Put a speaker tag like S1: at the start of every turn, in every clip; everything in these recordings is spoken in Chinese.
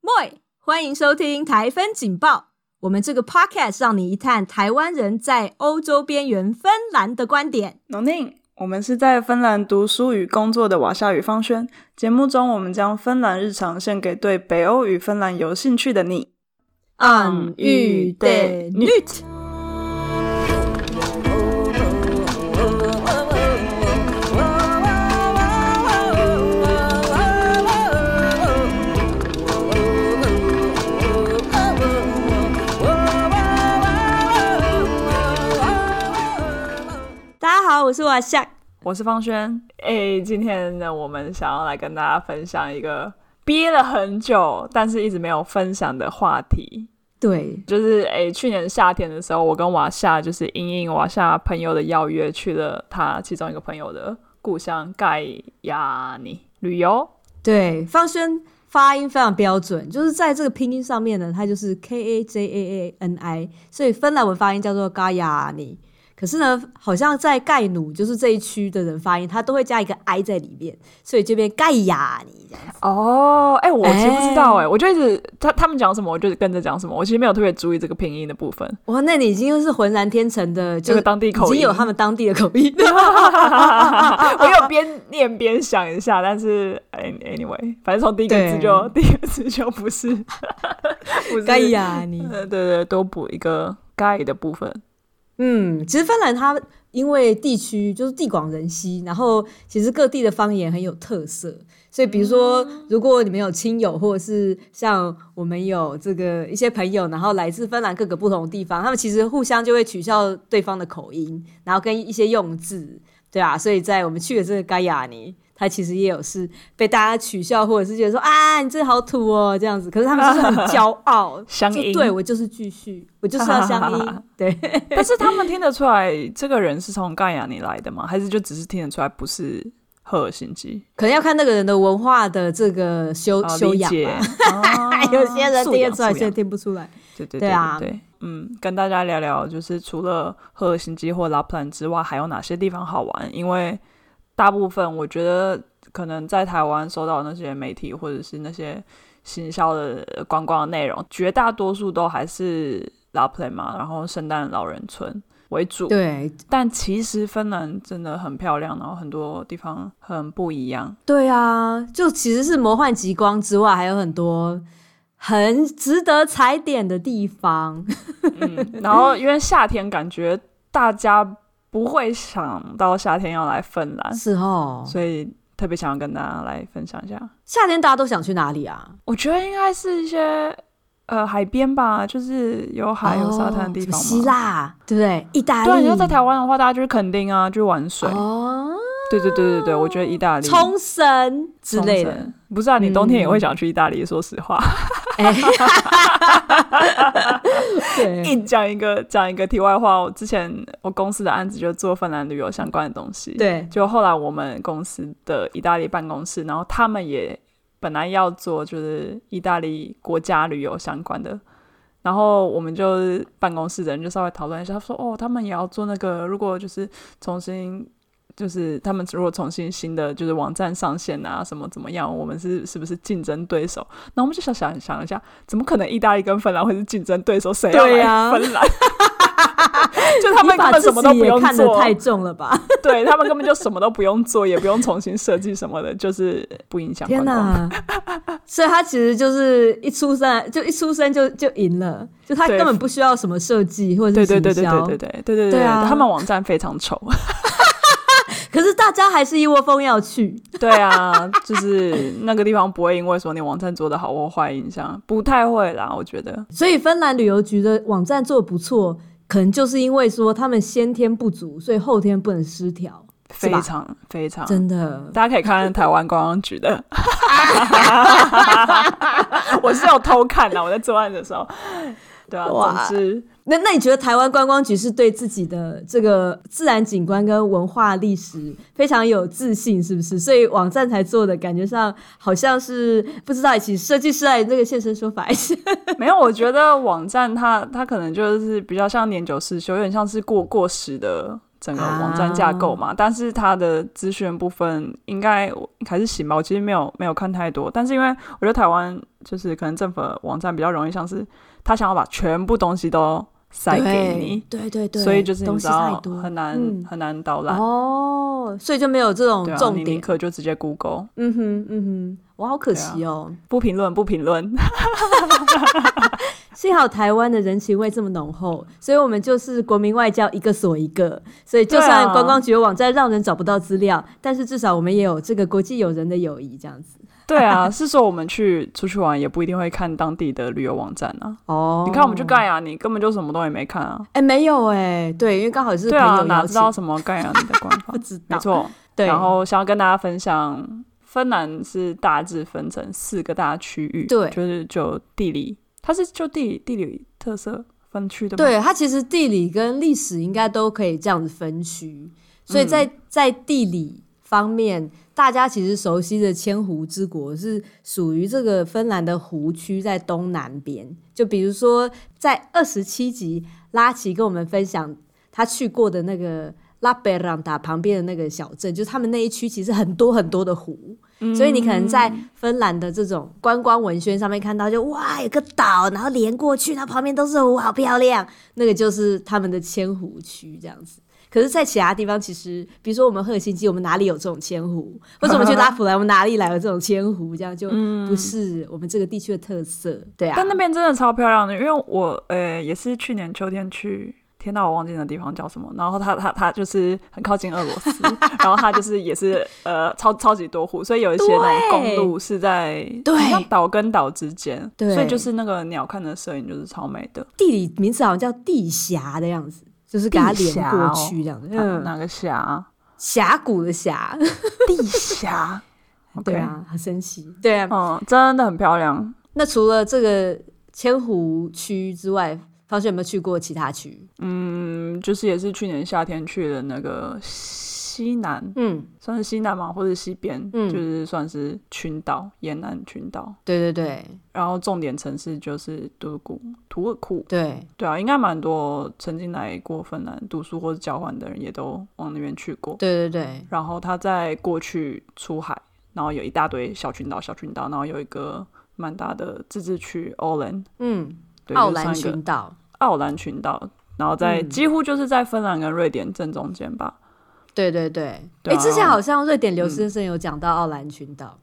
S1: Boy，欢迎收听台风警报。我们这个 podcast 让你一探台湾人在欧洲边缘芬兰的观点。
S2: 农宁，我们是在芬兰读书与工作的瓦夏与方轩。节目中，我们将芬兰日常献给对北欧与芬兰有兴趣的你。
S1: On y de nyt。大家好，我是瓦夏。
S2: 我是方轩。诶，哎今天呢，我们想要来跟大家分享一个憋了很久，但是一直没有分享的话题。
S1: 对，
S2: 就是诶，去年夏天的时候，我跟瓦夏就是因应瓦夏朋友的邀约，去了他其中一个朋友的故乡盖亚尼旅游。
S1: 对，方轩发音非常标准，就是在这个拼音上面呢，它就是 K A J A A N I，所以芬兰文发音叫做 g a y a n i 可是呢，好像在盖努，就是这一区的人发音，他都会加一个 i 在里面，所以这边盖亚尼这样子。
S2: 哦，哎，我其实不知道哎、
S1: 哎
S2: 我就一直他他们讲什么，我就跟着讲什么，我其实没有特别注意这个拼音的部分。
S1: 哇，那你已经是浑然天成的，
S2: 这
S1: 就
S2: 个
S1: 是
S2: 当地
S1: 已
S2: 口
S1: 经
S2: 音，
S1: 有他们当地的口 音了。
S2: 我有边念边想一下，但是哎 anyway，反正从第一个字就 第一个字就不是不是
S1: 盖亚尼，
S2: 呃，对对，多补一个盖的部分。，
S1: 嗯，其实芬兰它因为地区就是地广人稀，然后其实各地的方言很有特色，所以比如说，如果你们有亲友，或者是像我们有这个一些朋友，然后来自芬兰各个不同的地方，他们其实互相就会取笑对方的口音，然后跟一些用字，对啊，所以在我们去的这个盖亚尼。它其实也有是被大家取笑，或者是觉得说啊，你这好土哦这样子。可是他们就是很骄傲
S2: 乡
S1: 就
S2: 音
S1: 对我就是继续，我就是要乡音， 对。
S2: 但是他们听得出来这个人是从盖亚尼来的吗？还是就只是听得出来不是赫尔辛基？
S1: 可能要看那个人的文化的这个修、
S2: 啊，
S1: 修
S2: 理
S1: 养
S2: 解
S1: 吧。。
S2: 啊
S1: 有些人
S2: 素
S1: 听得
S2: 养
S1: 出来，
S2: 素
S1: 有些
S2: 养
S1: 人听不出来。
S2: 对对
S1: 对啊
S2: 对，嗯，跟大家聊聊，就是除了赫尔辛基或拉普兰之外，还有哪些地方好玩？因为大部分我觉得可能在台湾收到那些媒体或者是那些行销的呃观光的内容，绝大多数都还是拉普兰嘛，然后圣诞老人村为主。
S1: 对
S2: 但其实芬兰真的很漂亮，然后很多地方很不一 样。
S1: 对啊，就其实是魔幻极光之外，还有很多很值得踩点的地方。
S2: 嗯，然后因为夏天感觉大家不会想到夏天要来芬兰，
S1: 是哦，
S2: 所以特别想要跟大家来分享一下。
S1: 夏天大家都想去哪里啊？
S2: 我觉得应该是一些呃海边吧，就是有海有沙滩的地
S1: 哦
S2: 方嘛。
S1: 希腊对不对？意大利。
S2: 对，你要在台湾的话，大家就是垦丁啊，去玩水。
S1: 哦，
S2: 对对对对对，我觉得意大利
S1: 冲绳之
S2: 冲
S1: 类的
S2: 绳。不是啊，你冬天也
S1: 嗯
S2: 会想去意大利，说实话。
S1: 哎， 对，
S2: 一 讲一个讲一个题外话，我之前我公司的案子就做芬兰旅游相关的东西。
S1: 对
S2: 就后来我们公司的意大利办公室，然后他们也本来要做就是意大利国家旅游相关的，然后我们就是办公室的人就稍微讨论一下，他说哦，他们也要做那个，如果就是重新。就是他们如果重新新的就是网站上线啊，什么怎么样，我们是是不是竞争对手？然后我们就想想想一下，怎么可能意大利跟芬兰会是竞争对手？谁啊要
S1: 对
S2: 来
S1: 呀
S2: 芬兰？就他们
S1: 你
S2: 根
S1: 把
S2: 本
S1: 自
S2: 什么都
S1: 己
S2: 不
S1: 也
S2: 用
S1: 看得
S2: 做，
S1: 太重了吧？
S2: 对他们根本就什么都不用做，也不用重新设计什么的，就是不影响
S1: 天
S2: 观光。
S1: 呐！ 所以他其实就是一出生就一出生就就赢了，就他
S2: 对
S1: 根本不需要什么设计或者
S2: 对
S1: 是
S2: 对对对
S1: 行
S2: 对
S1: 销
S2: 对对对对
S1: 对啊
S2: 他们网站非常丑。
S1: 可是大家还是一窝蜂要去，
S2: 对啊，就是那个地方不会因为说你网站做的好或坏影响，不太会啦，我觉得。
S1: 所以芬兰旅游局的网站做得不错，可能就是因为说他们先天不足，所以后天不能失调，是
S2: 非
S1: 吧
S2: 常非常，
S1: 真的。
S2: 大家可以看台湾观光局 的。 我是有偷看的，我在作案的时候。对啊，
S1: 哇
S2: 总之，
S1: 那那你觉得台湾观光局是对自己的这个自然景观跟文化历史非常有自信，是不是？所以网站才做的感觉上好像是不知道，请设计师来这个现身说法一 下。
S2: 没有，我觉得网站它它可能就是比较像年久失修，有点像是过过时的整个网站架构
S1: 啊
S2: 嘛，但是它的资讯部分应该我还是行吧，我其实没有没有看太多，但是因为我觉得台湾就是可能政府的网站比较容易像是他想要把全部东西都塞给你，
S1: 对对对，
S2: 所以就是你
S1: 东
S2: 知
S1: 西太
S2: 道
S1: 多
S2: 很难、
S1: 嗯
S2: 很难导览，
S1: 哦，所以就没有这种
S2: 对啊，
S1: 重
S2: 你啊宁
S1: 点。
S2: 可就直接 Google，
S1: 嗯哼嗯哼，我好可惜哦，
S2: 不评论不评论，
S1: 幸好台湾的人情味这么浓厚，所以我们就是国民外交一个锁一个，所以就
S2: 对啊
S1: 算观光局的网站让人找不到资料，但是至少我们也有这个国际友人的友谊这样子。
S2: 对啊，是说我们去出去玩也不一定会看当地的旅游网站啊，
S1: 哦，
S2: 你看我们去盖亚，你根本就什么都也没看啊，
S1: 哎、没有哎、对，因为刚好是
S2: 对
S1: 朋
S2: 啊，
S1: 友
S2: 哪
S1: 邀
S2: 知
S1: 请，
S2: 道什么盖亚 你的官
S1: 不
S2: 方？
S1: 知
S2: 没
S1: 道，
S2: 错。
S1: 对，
S2: 然后想要跟大家分享，芬兰是大致分成四个大区域，
S1: 对
S2: 就是就地理，它是就地理地理特色分区的吗？
S1: 对它其实地理跟历史应该都可以这样子分区，所以
S2: 嗯
S1: 在、在地理方面，大家其实熟悉的千湖之国是属于这个芬兰的湖区在东南边。就比如说在二十七集，拉奇跟我们分享他去过的那个拉贝朗达旁边的那个小镇，就是他们那一区其实很多很多的湖。所以你可能在芬兰的这种观光文宣上面看到就，哇有个岛，然后连过去，它旁边都是湖，好漂亮。那个就是他们的千湖区这样子。可是，在其他地方，其实比如说我们赫尔辛基，我们哪里有这种千湖？或者我们去拉普兰，我们哪里来有这种千湖？这样就不是我们这个地区的特色，对啊。
S2: 但那边真的超漂亮的，因为我呃也是去年秋天去。天呐，我忘记那地方叫什么。然后它它它就是很靠近俄罗 斯，然后它就是也是呃超超级多湖，所以有一些那种公
S1: 对
S2: 路是在
S1: 对
S2: 好像岛跟岛之间，
S1: 对
S2: 所以就是那个鸟瞰的摄影就是超美的。
S1: 地理名词好像叫地峡的样子，就是给它连过去这样子。
S2: 嗯，
S1: 嗯，
S2: 哪个峡啊？
S1: 峡谷的峡，
S2: 地峡。
S1: 对
S2: OK，
S1: 啊，很神奇。对啊，
S2: 嗯，真的很漂亮。
S1: 那除了这个千湖区之外，方轩有没有去过其他区？
S2: 嗯，就是也是去年夏天去的那个西南，
S1: 嗯，
S2: 算是西南嘛，或者西边，
S1: 嗯
S2: 就是算是群岛，沿岸群岛。
S1: 对对对
S2: 然后重点城市就是都古土尔库，
S1: 对，
S2: 对啊，应该蛮多曾经来过芬兰读书或者交换的人也都往那边去过。
S1: 对对对，
S2: 然后他在过去出海，然后有一大堆小群岛，小群岛，然后有一个蛮大的自治区奥兰，
S1: 嗯，
S2: 对，
S1: 奥
S2: 就
S1: 兰
S2: 算一个
S1: 群岛，
S2: 奥兰群岛，然后在、
S1: 嗯
S2: 几乎就是在芬兰跟瑞典正中间吧。
S1: 对对对。
S2: 对
S1: 哎、
S2: 啊
S1: 之前好像瑞典刘先生有讲到奥兰群岛，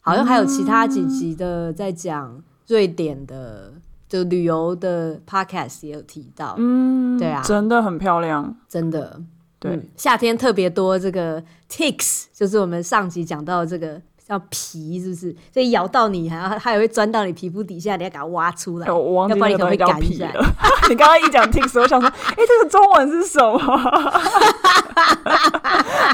S1: 好像还有其他几集的在讲瑞典的。就旅游的 podcast 也有提到，
S2: 嗯，
S1: 对啊
S2: 真的很漂亮。
S1: 真的，
S2: 对
S1: 嗯夏天特别多这个 ticks，就是我们上集讲到这个叫皮，是不是？所以咬到你，还要它也会钻到你皮肤底下，你要给它挖出来
S2: 哎。我忘记
S1: 要不然
S2: 那
S1: 你
S2: 个
S1: 可能会
S2: 东西叫皮
S1: 感染
S2: 了。 你刚刚一讲 tics，我想说，哎、这个中文是什么？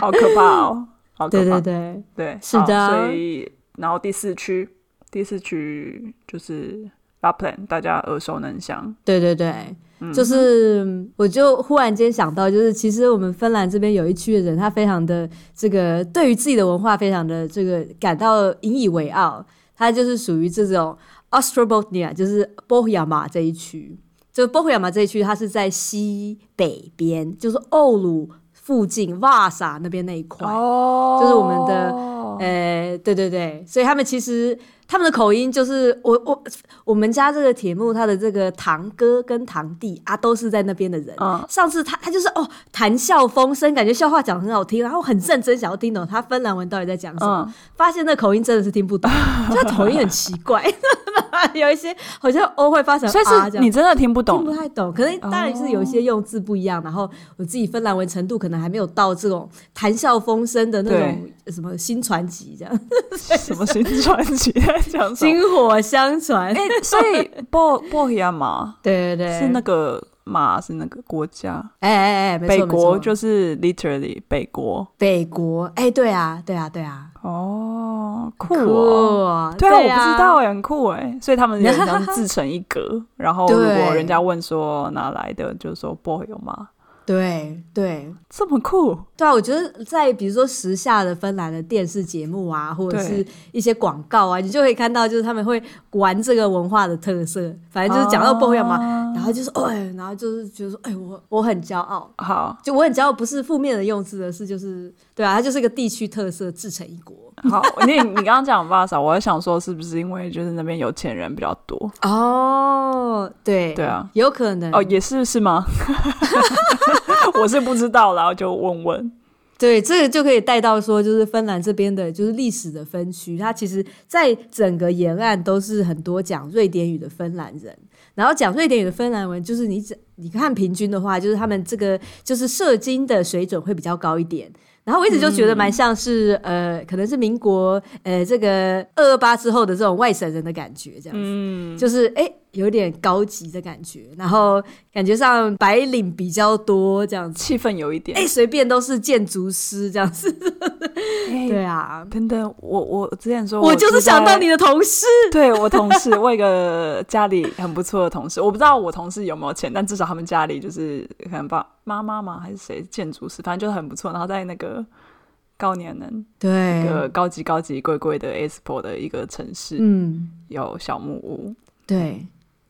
S2: 好可怕哦，好可
S1: 对对
S2: 怕。
S1: 对，
S2: 对，
S1: 是
S2: 好
S1: 的啊
S2: 所以，然后第四区，第四区就是拉普兰，大家耳熟能详。
S1: 对对对，
S2: 嗯
S1: 就是我就忽然间想到，就是其实我们芬兰这边有一区的人，他非常的这个对于自己的文化非常的这个感到引以为傲，他就是属于这种 Ostrobotnia，就是波 o 亚马这一区。就波 o 亚马这一区，它是在西北边，就是欧鲁附近瓦萨那边那一块。
S2: 哦
S1: 就是我们的
S2: 的
S1: 呃，对对对，所以他们其实他们的口音就是我我我们家这个铁木他的这个堂哥跟堂弟啊都是在那边的人。
S2: 嗯
S1: 上次他他就是哦谈笑风生，感觉笑话讲得很好听，然后很认真想要听懂他芬兰文到底在讲什么，
S2: 嗯，
S1: 发现那口音真的是听不懂， 就他口音很奇怪， 有一些好像欧会发成
S2: 所以
S1: 啊这
S2: 是
S1: 样
S2: 你。真的听不
S1: 听不
S2: 懂，
S1: 太懂，可能当然是有一
S2: 哦
S1: 些用字不一样，然后我自己芬兰文程度可能还没有到这种谈笑风生的那种什么新传奇 这样，
S2: 什么新传奇啊在讲 什么？
S1: 薪火相传。
S2: 哎、所 以波波黑亚马
S1: 对对对，
S2: 是那个马是那个国家，
S1: 哎哎哎，没错
S2: 北国
S1: 没错
S2: 就是 literally 北国
S1: 北国，哎、对啊对啊对啊，
S2: 哦，酷
S1: 酷
S2: 哦。
S1: 哦，
S2: 对啊，我
S1: 对
S2: 不知道哎，很酷哎，所以他们有 点像自成一格。然后如果
S1: 对
S2: 人家问说哪来的，就说波有马，
S1: 对对
S2: 这么酷，
S1: 对啊！我觉得在比如说时下的芬兰的电视节目啊，或者
S2: 对
S1: 是一些广告啊，你就会看到就是他们会玩这个文化的特色，反正就是讲到不会嘛，
S2: 啊
S1: 然后就是哎，然后就是觉得说哎，我我很骄傲，
S2: 好
S1: 就我很骄傲，不是负面的用词，而是就是对啊，它就是一个地区特色制成一国
S2: 好，你你刚刚讲巴萨，我在想说是不是因为就是那边有钱人比较多？
S1: 哦，对
S2: 对啊，
S1: 有可能
S2: 哦，也是是 吗？ 我是不知道啦，我就问问。
S1: 对，这个就可以带到说，就是芬兰这边的，就是历史的分区，它其实在整个沿岸都是很多讲瑞典语的芬兰人。然后讲瑞典语的芬兰文，就是你只你看平均的话，就是他们这个就是社经的水准会比较高一点。然后我一直就觉得蛮像是、呃，可能是民国呃这个二二八之后的这种外省人的感觉，这样子。
S2: 嗯，
S1: 就是哎、诶有点高级的感觉，然后感觉上白领比较多这样子。
S2: 气氛有一点
S1: 哎、。随便都是建筑师这样子。
S2: 哎
S1: 对啊，
S2: 等等，我我之前说
S1: 我就是想到
S2: 在
S1: 你的同事，
S2: 对我同事，我有一个家里很不错的同事，我不知道我同事有没有钱，但至少他们家里就是可能爸妈妈嘛还是谁建筑师，反正就是很不错。然后在那个高年能一
S1: 对
S2: 个高级高级贵贵的 e s p o 的一个城市，
S1: 嗯，
S2: 有小木屋，
S1: 对。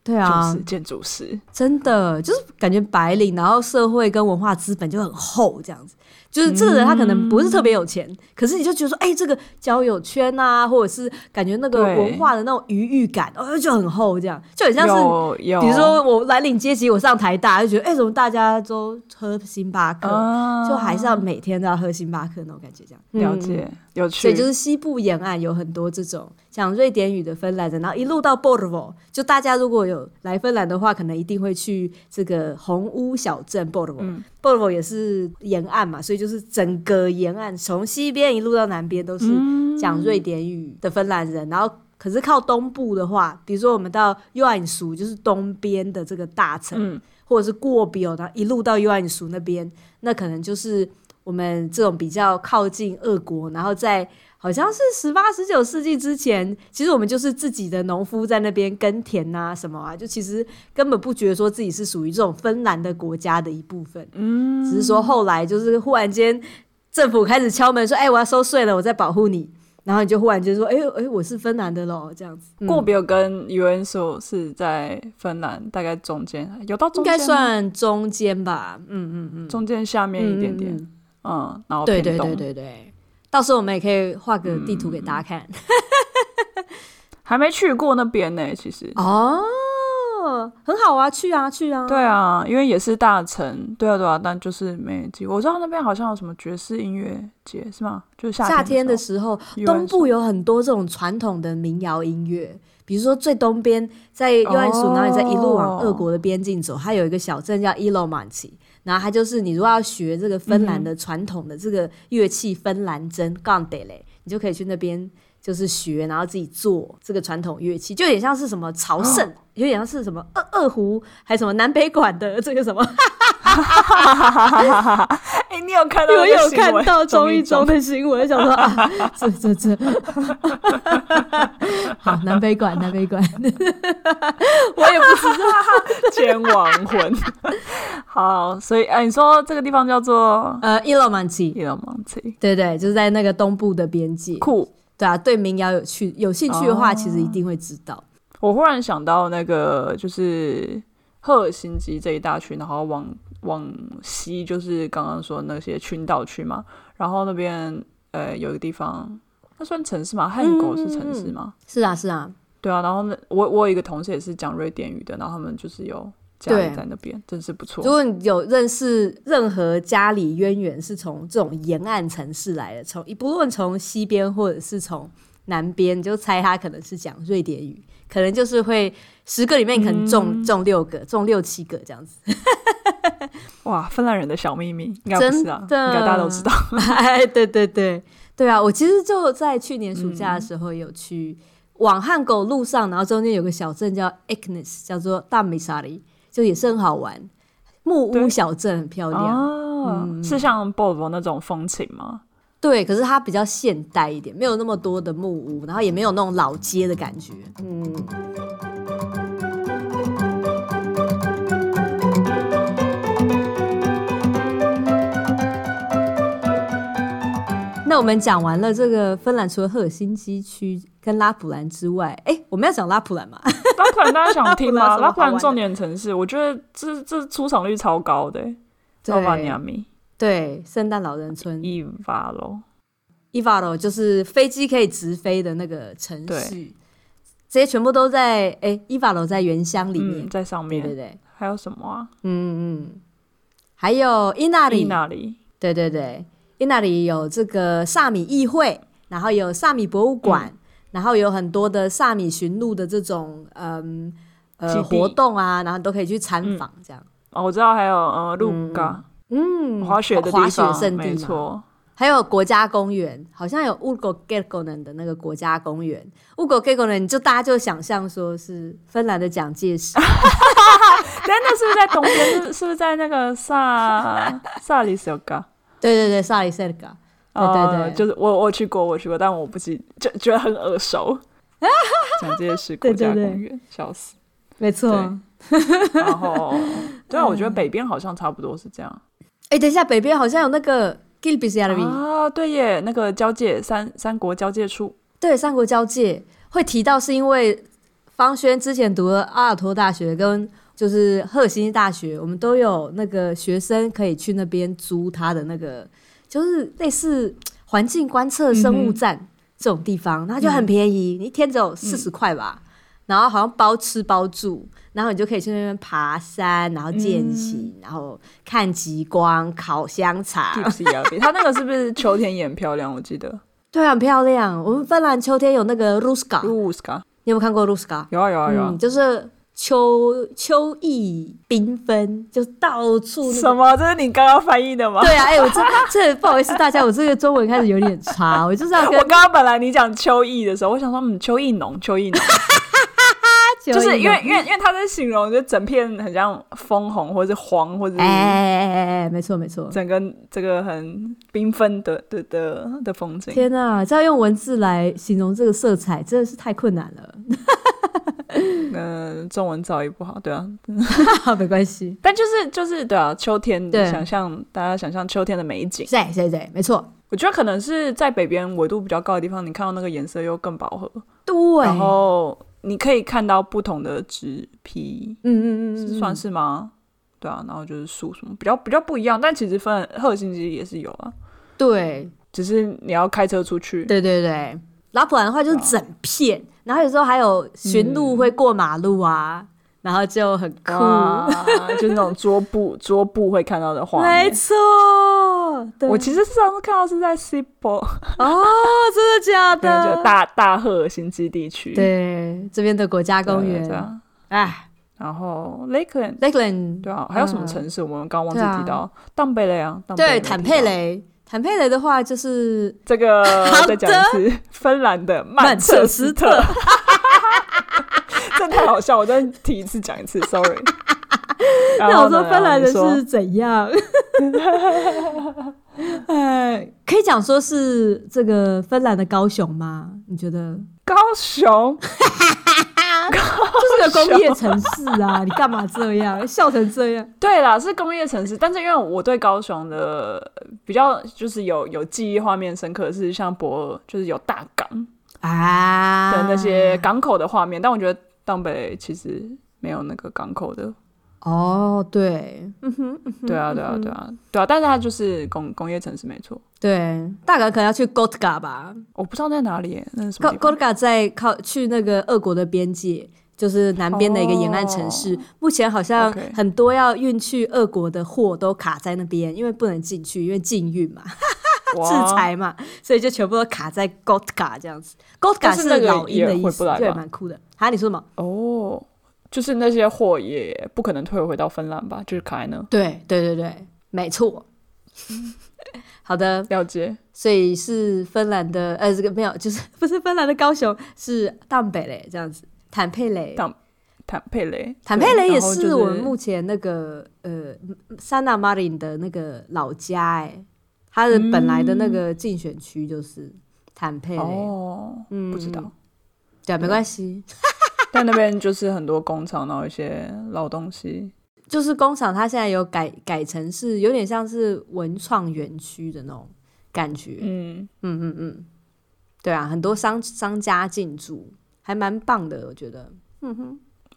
S1: 对啊，
S2: 就是建筑师。
S1: 真的就是感觉白领，然后社会跟文化资本就很厚，这样子。就是这个人他可能不是特别有钱，可是你就觉得说，哎、这个交友圈啊，或者是感觉那个
S2: 对
S1: 文化的那种余裕感，哦，就很厚，这样就很像是
S2: 有有，
S1: 比如说我蓝领阶级，我上台大就觉得，哎、怎么大家都喝星巴克，
S2: 啊
S1: 就还是要每天都要喝星巴克那种感觉，这样
S2: 了。
S1: 嗯
S2: 解有
S1: 所
S2: 趣，
S1: 以就是西部沿岸有很多这种讲瑞典语的芬兰人，然后一路到 Borvo，就大家如果有来芬兰的话，可能一定会去这个红屋小镇 Borvo、
S2: 嗯
S1: Borvo 也是沿岸嘛，所以就是整个沿岸从西边一路到南边都是
S2: 嗯
S1: 讲瑞典语的芬兰人，然后。可是靠东部的话，比如说我们到 y o a n s u 就是东边的这个大城，
S2: 嗯
S1: 或者是过比尔，然后一路到 y o a n s u 那边，那可能就是我们这种比较靠近俄国，然后在好像是十八、十九世纪之前，其实我们就是自己的农夫在那边耕田呐、什么啊，就其实根本不觉得说自己是属于这种芬兰的国家的一部分，
S2: 嗯，
S1: 只是说后来就是忽然间政府开始敲门说，哎、我要收税了，我在保护你。然后你就忽然间说，哎、哎、我是芬兰的喽，这样子。嗯
S2: 过比尔跟 u n s o 是在芬兰大概中间，有到
S1: 应
S2: 中间
S1: 该
S2: 吗
S1: 算中间吧，嗯嗯嗯，
S2: 中间下面一点
S1: 嗯
S2: 点
S1: 嗯嗯，
S2: 嗯，然后
S1: 对
S2: 屏
S1: 对
S2: 东嗯
S1: 对对对，到时候我们也可以画个地图给大家看。
S2: 还没去过那边呢，其实。
S1: 哦，很好啊，去啊去啊。
S2: 对啊，因为也是大城，对啊对啊，但就是没机会。我知道那边好像有什么爵士音乐节是吗？就是夏
S1: 啊夏天的
S2: 时
S1: 时候，
S2: 候
S1: 东部有很多这种传统的民谣音乐，比如说最东边在右岸署，
S2: 哦
S1: 然后你再一路往俄国的边境走，它有一个小镇叫伊洛曼奇，然后它就是你如果要学这个芬兰的传统的这个乐器芬兰筝杠得嘞，你就可以去那边。就是学，然后自己做这个传统乐器，就有点像是什么朝圣，有点像是什么二二胡，还什么南北管的这个什么，
S2: 哈，哎，你 有看到那
S1: 我
S2: 个
S1: 有
S2: 新闻
S1: 看到中一中
S2: 中
S1: 的新闻， 想说啊，这这这，好南北馆南北馆，我也不知道，
S2: 天亡魂。 好，所以哎，你说这个地方叫做
S1: 呃，伊洛曼奇，
S2: 伊朗蒙奇，
S1: 对对，就是在那个东部的边界，
S2: 酷。
S1: 对啊，对民谣有趣有兴趣的话，其实一定会知道。
S2: 我忽然想到那个，就是赫尔辛基这一大区，然后往往西就是刚刚说那些群岛区嘛，然后那边呃有一个地方，那算城市吗？汉狗是城市吗？
S1: 是啊是啊，
S2: 对啊，然后那我我有一个同事也是讲瑞典语的，然后他们就是有家
S1: 对
S2: 人在那边，真是不错
S1: 如。果你有认识任何家里渊源是从这种沿岸城市来的，从不论从西边或者是从南边，你就猜他可能是讲瑞典语，可能就是会十个里面可能中、
S2: 嗯
S1: 中六个，中六七个这样 子。
S2: 哇，芬兰人的小秘密应该不是啊，应
S1: 真的
S2: 该大家都知道。
S1: 哎，对对对对啊！我其实就在去年暑假的时
S2: 嗯
S1: 候有去往汉狗路上，然后中间有个小镇叫 Eknes，叫做大美沙里，就也是很好玩，木屋
S2: 对
S1: 小镇很漂亮。
S2: 哦，是像 b o v 那种风情吗？
S1: 对，可是它比较现代一点，没有那么多的木屋，然后也没有那种老街的感觉。嗯，那我们讲完了这个芬兰，除了赫尔辛基区跟拉普兰之外，哎、我们要讲拉普兰嘛？
S2: 拉普兰大家想听吗？
S1: 拉
S2: 拉
S1: 普
S2: 普
S1: 兰有什么好玩
S2: 兰
S1: 的
S2: 重点城市，我觉得这这出场率超高的、欸。奥巴尼亚米
S1: 对，圣诞老人村
S2: 伊瓦罗，
S1: 伊瓦罗哦就是飞机可以直飞的那个城市
S2: 对，
S1: 这些全部都在哎伊瓦罗在原乡里面，
S2: 嗯，在上
S1: 对
S2: 面
S1: 对对，
S2: 还有什么啊？
S1: 嗯嗯，还有伊那
S2: 伊
S1: 里，
S2: 那里，
S1: 对对对，伊那里有这个萨米议会，然后有萨米博物馆，
S2: 嗯
S1: 然后有很多的萨米驯鹿的这种嗯
S2: 基
S1: 呃
S2: 地
S1: 活动啊，然后你都可以去参访这样，
S2: 哦，我知道还有呃鹿港、
S1: 嗯，
S2: 滑雪的
S1: 滑
S2: 地
S1: 雪
S2: 方，
S1: 圣
S2: 没
S1: 地嘛。
S2: 错，
S1: 还有国家公园，好像有乌狗 g e g o n e n 的那个国家公园。乌狗 g e g o n e n 就大家就想象说是芬兰的蒋介石，
S2: 但那是不是在东边？ 是是不是在那个萨萨里斯嘎？
S1: 对对对，萨里塞嘎， 对对
S2: 呃
S1: 对
S2: 就是我我去过，我去过，但我不记，就觉得很 耳熟。讲这些事，国
S1: 对对
S2: 家
S1: 对
S2: 公园，笑死。
S1: 没错。
S2: 对然后，对
S1: 嗯
S2: 啊，我觉得北边好像差不多是这样
S1: 哎、等一下，北边好像有那个 g i l b i s y a r v i
S2: 啊。对耶，那个交界三三国交界处，
S1: 对，三国交界会提到，是因为方轩之前读了阿尔托大学跟就是赫尔辛基大学，我们都有那个学生可以去那边租他的那个，就是类似环境观测生物站、这种地方，那就很便宜，你一天只有四十块吧。然后好像包吃包住，然后你就可以去那边爬山，然后践行，然后看极光、烤香肠，
S2: 就是 ERB。它那个是不是秋天也很漂亮？我记 得
S1: 对，很漂亮。我们芬兰秋天有那个 Ruska，你
S2: u s k a
S1: 有没有看过 Ruska？
S2: 有啊有啊有啊
S1: 嗯，。就是秋秋意缤纷，就是到处那
S2: 嗯什
S1: 个。
S2: 么？这是你刚刚翻译的吗？
S1: 对啊，哎、我这这不好意思大家，我这个中文开始有点差，我就是要跟
S2: 啊我刚刚本来你讲秋意的时候，我想说，嗯，秋意浓， 秋意浓，
S1: 秋意
S2: 就是因为
S1: 浓
S2: 因为因为他在形容，就整片很像枫红，或者是黄，或者
S1: 哎
S2: 是
S1: 哎哎哎哎，没错没错。
S2: 整个这个很缤纷的的的的风景。
S1: 天呐、这要用文字来形容这个色彩，真的是太困难 了。
S2: 嗯、中文造诣不好，对啊，
S1: 没关系，
S2: 但就是就是对啊，秋天
S1: 对
S2: 想象大家想象秋天的美景，
S1: 对对对，没错，
S2: 我觉得可能是在北边纬度比较高的地方，你看到那个颜色又更饱和，
S1: 对。
S2: 然后你可以看到不同的植皮，
S1: 嗯嗯嗯
S2: 是
S1: 嗯，
S2: 算是吗？对啊，然后就是树什么比较比较不一样，但其实分赫尔辛基也是有啊，
S1: 对
S2: 只是你要开车出去。
S1: 对对对。拉普兰的话就是整片，然后有时候还有驯鹿会过马路啊，然后就很酷。
S2: 嗯哇，啊就是那种桌 布桌布会看到的画
S1: 没
S2: 面。
S1: 错，对
S2: 我其实上次看到是在 s i b o
S1: 哦，真的假
S2: 对，就
S1: 的？
S2: 大大赫尔辛基地区。
S1: 对，这边的国家
S2: 对啊，
S1: 公
S2: 对
S1: 园，
S2: 啊。
S1: 哎
S2: 然后 Lakeland，
S1: ，Lakeland，
S2: 对啊，还有什么
S1: 嗯
S2: 城市？我们刚刚忘记
S1: 对啊
S2: 提到，当贝雷啊，当贝
S1: 对，
S2: 雷
S1: 坦
S2: 提到
S1: 佩雷，坦佩雷的话就是
S2: 这个
S1: 好
S2: 再讲一次，芬兰的
S1: 曼
S2: 曼
S1: 彻
S2: 彻
S1: 斯
S2: 斯
S1: 特
S2: 特， 这太好笑，我再提一次讲一次，sorry。然
S1: 那
S2: 后
S1: 我
S2: 呢
S1: 说芬兰人
S2: 你说
S1: 是怎 样？哎，可以讲说是这个芬兰的高雄吗？你觉得
S2: 高雄，
S1: 就是个工业城市啊？你干嘛这样笑成这样？
S2: 对啦，是工业城市，但是因为我对高雄的呃比较就是有有记忆画面深刻的是像博尔，就是有大港
S1: 啊
S2: 的那些港口的画面，但我觉得当北其实没有那个港口的，
S1: 哦，对，
S2: 对啊，对啊，对啊，对啊，但是它就是工工业城市没错，
S1: 对，大概可能要去 Gotga 吧。
S2: 我不知道在哪里耶，那是什么
S1: Go-
S2: 地方？
S1: Gotga 在靠去那个俄国的边界，就是南边的一个沿岸城市。目前好像
S2: 哦 OK
S1: 很多要运去俄国的货都卡在那边，因为不能进去，因为禁运嘛，
S2: 哇
S1: 制裁嘛，所以就全部都卡在 Gotga 这样子。Gotga
S2: 但是那个
S1: 老鹰的
S2: 也
S1: 意
S2: 回
S1: 思
S2: 不来，吧
S1: 对，蛮酷的。啊，你说什么？
S2: 哦，就是那些货也不可能退回到芬兰吧？就是卡在那，
S1: 对对对对，没错。 好的，
S2: 了解。
S1: 所以是芬兰的，呃，这个没有，就是不是芬兰的高雄，是淡北嘞，这样子，坦佩雷，
S2: 淡坦佩雷，
S1: 坦佩雷
S2: 对
S1: 也
S2: 然后就是
S1: 我们目前那个、呃山纳马林的那个老家、哎，他的
S2: 嗯
S1: 本来的那个竞选区就是坦佩雷，
S2: 哦，
S1: 嗯，
S2: 不知道，
S1: 对啊，没关系，
S2: 但那边就是很多工厂，然后一些老东西。
S1: 就是工厂，它现在有改改成是有点像是文创园区的那种感觉。
S2: 嗯，
S1: 嗯嗯嗯，对啊，很多商商家进驻，还蛮棒的，我觉得。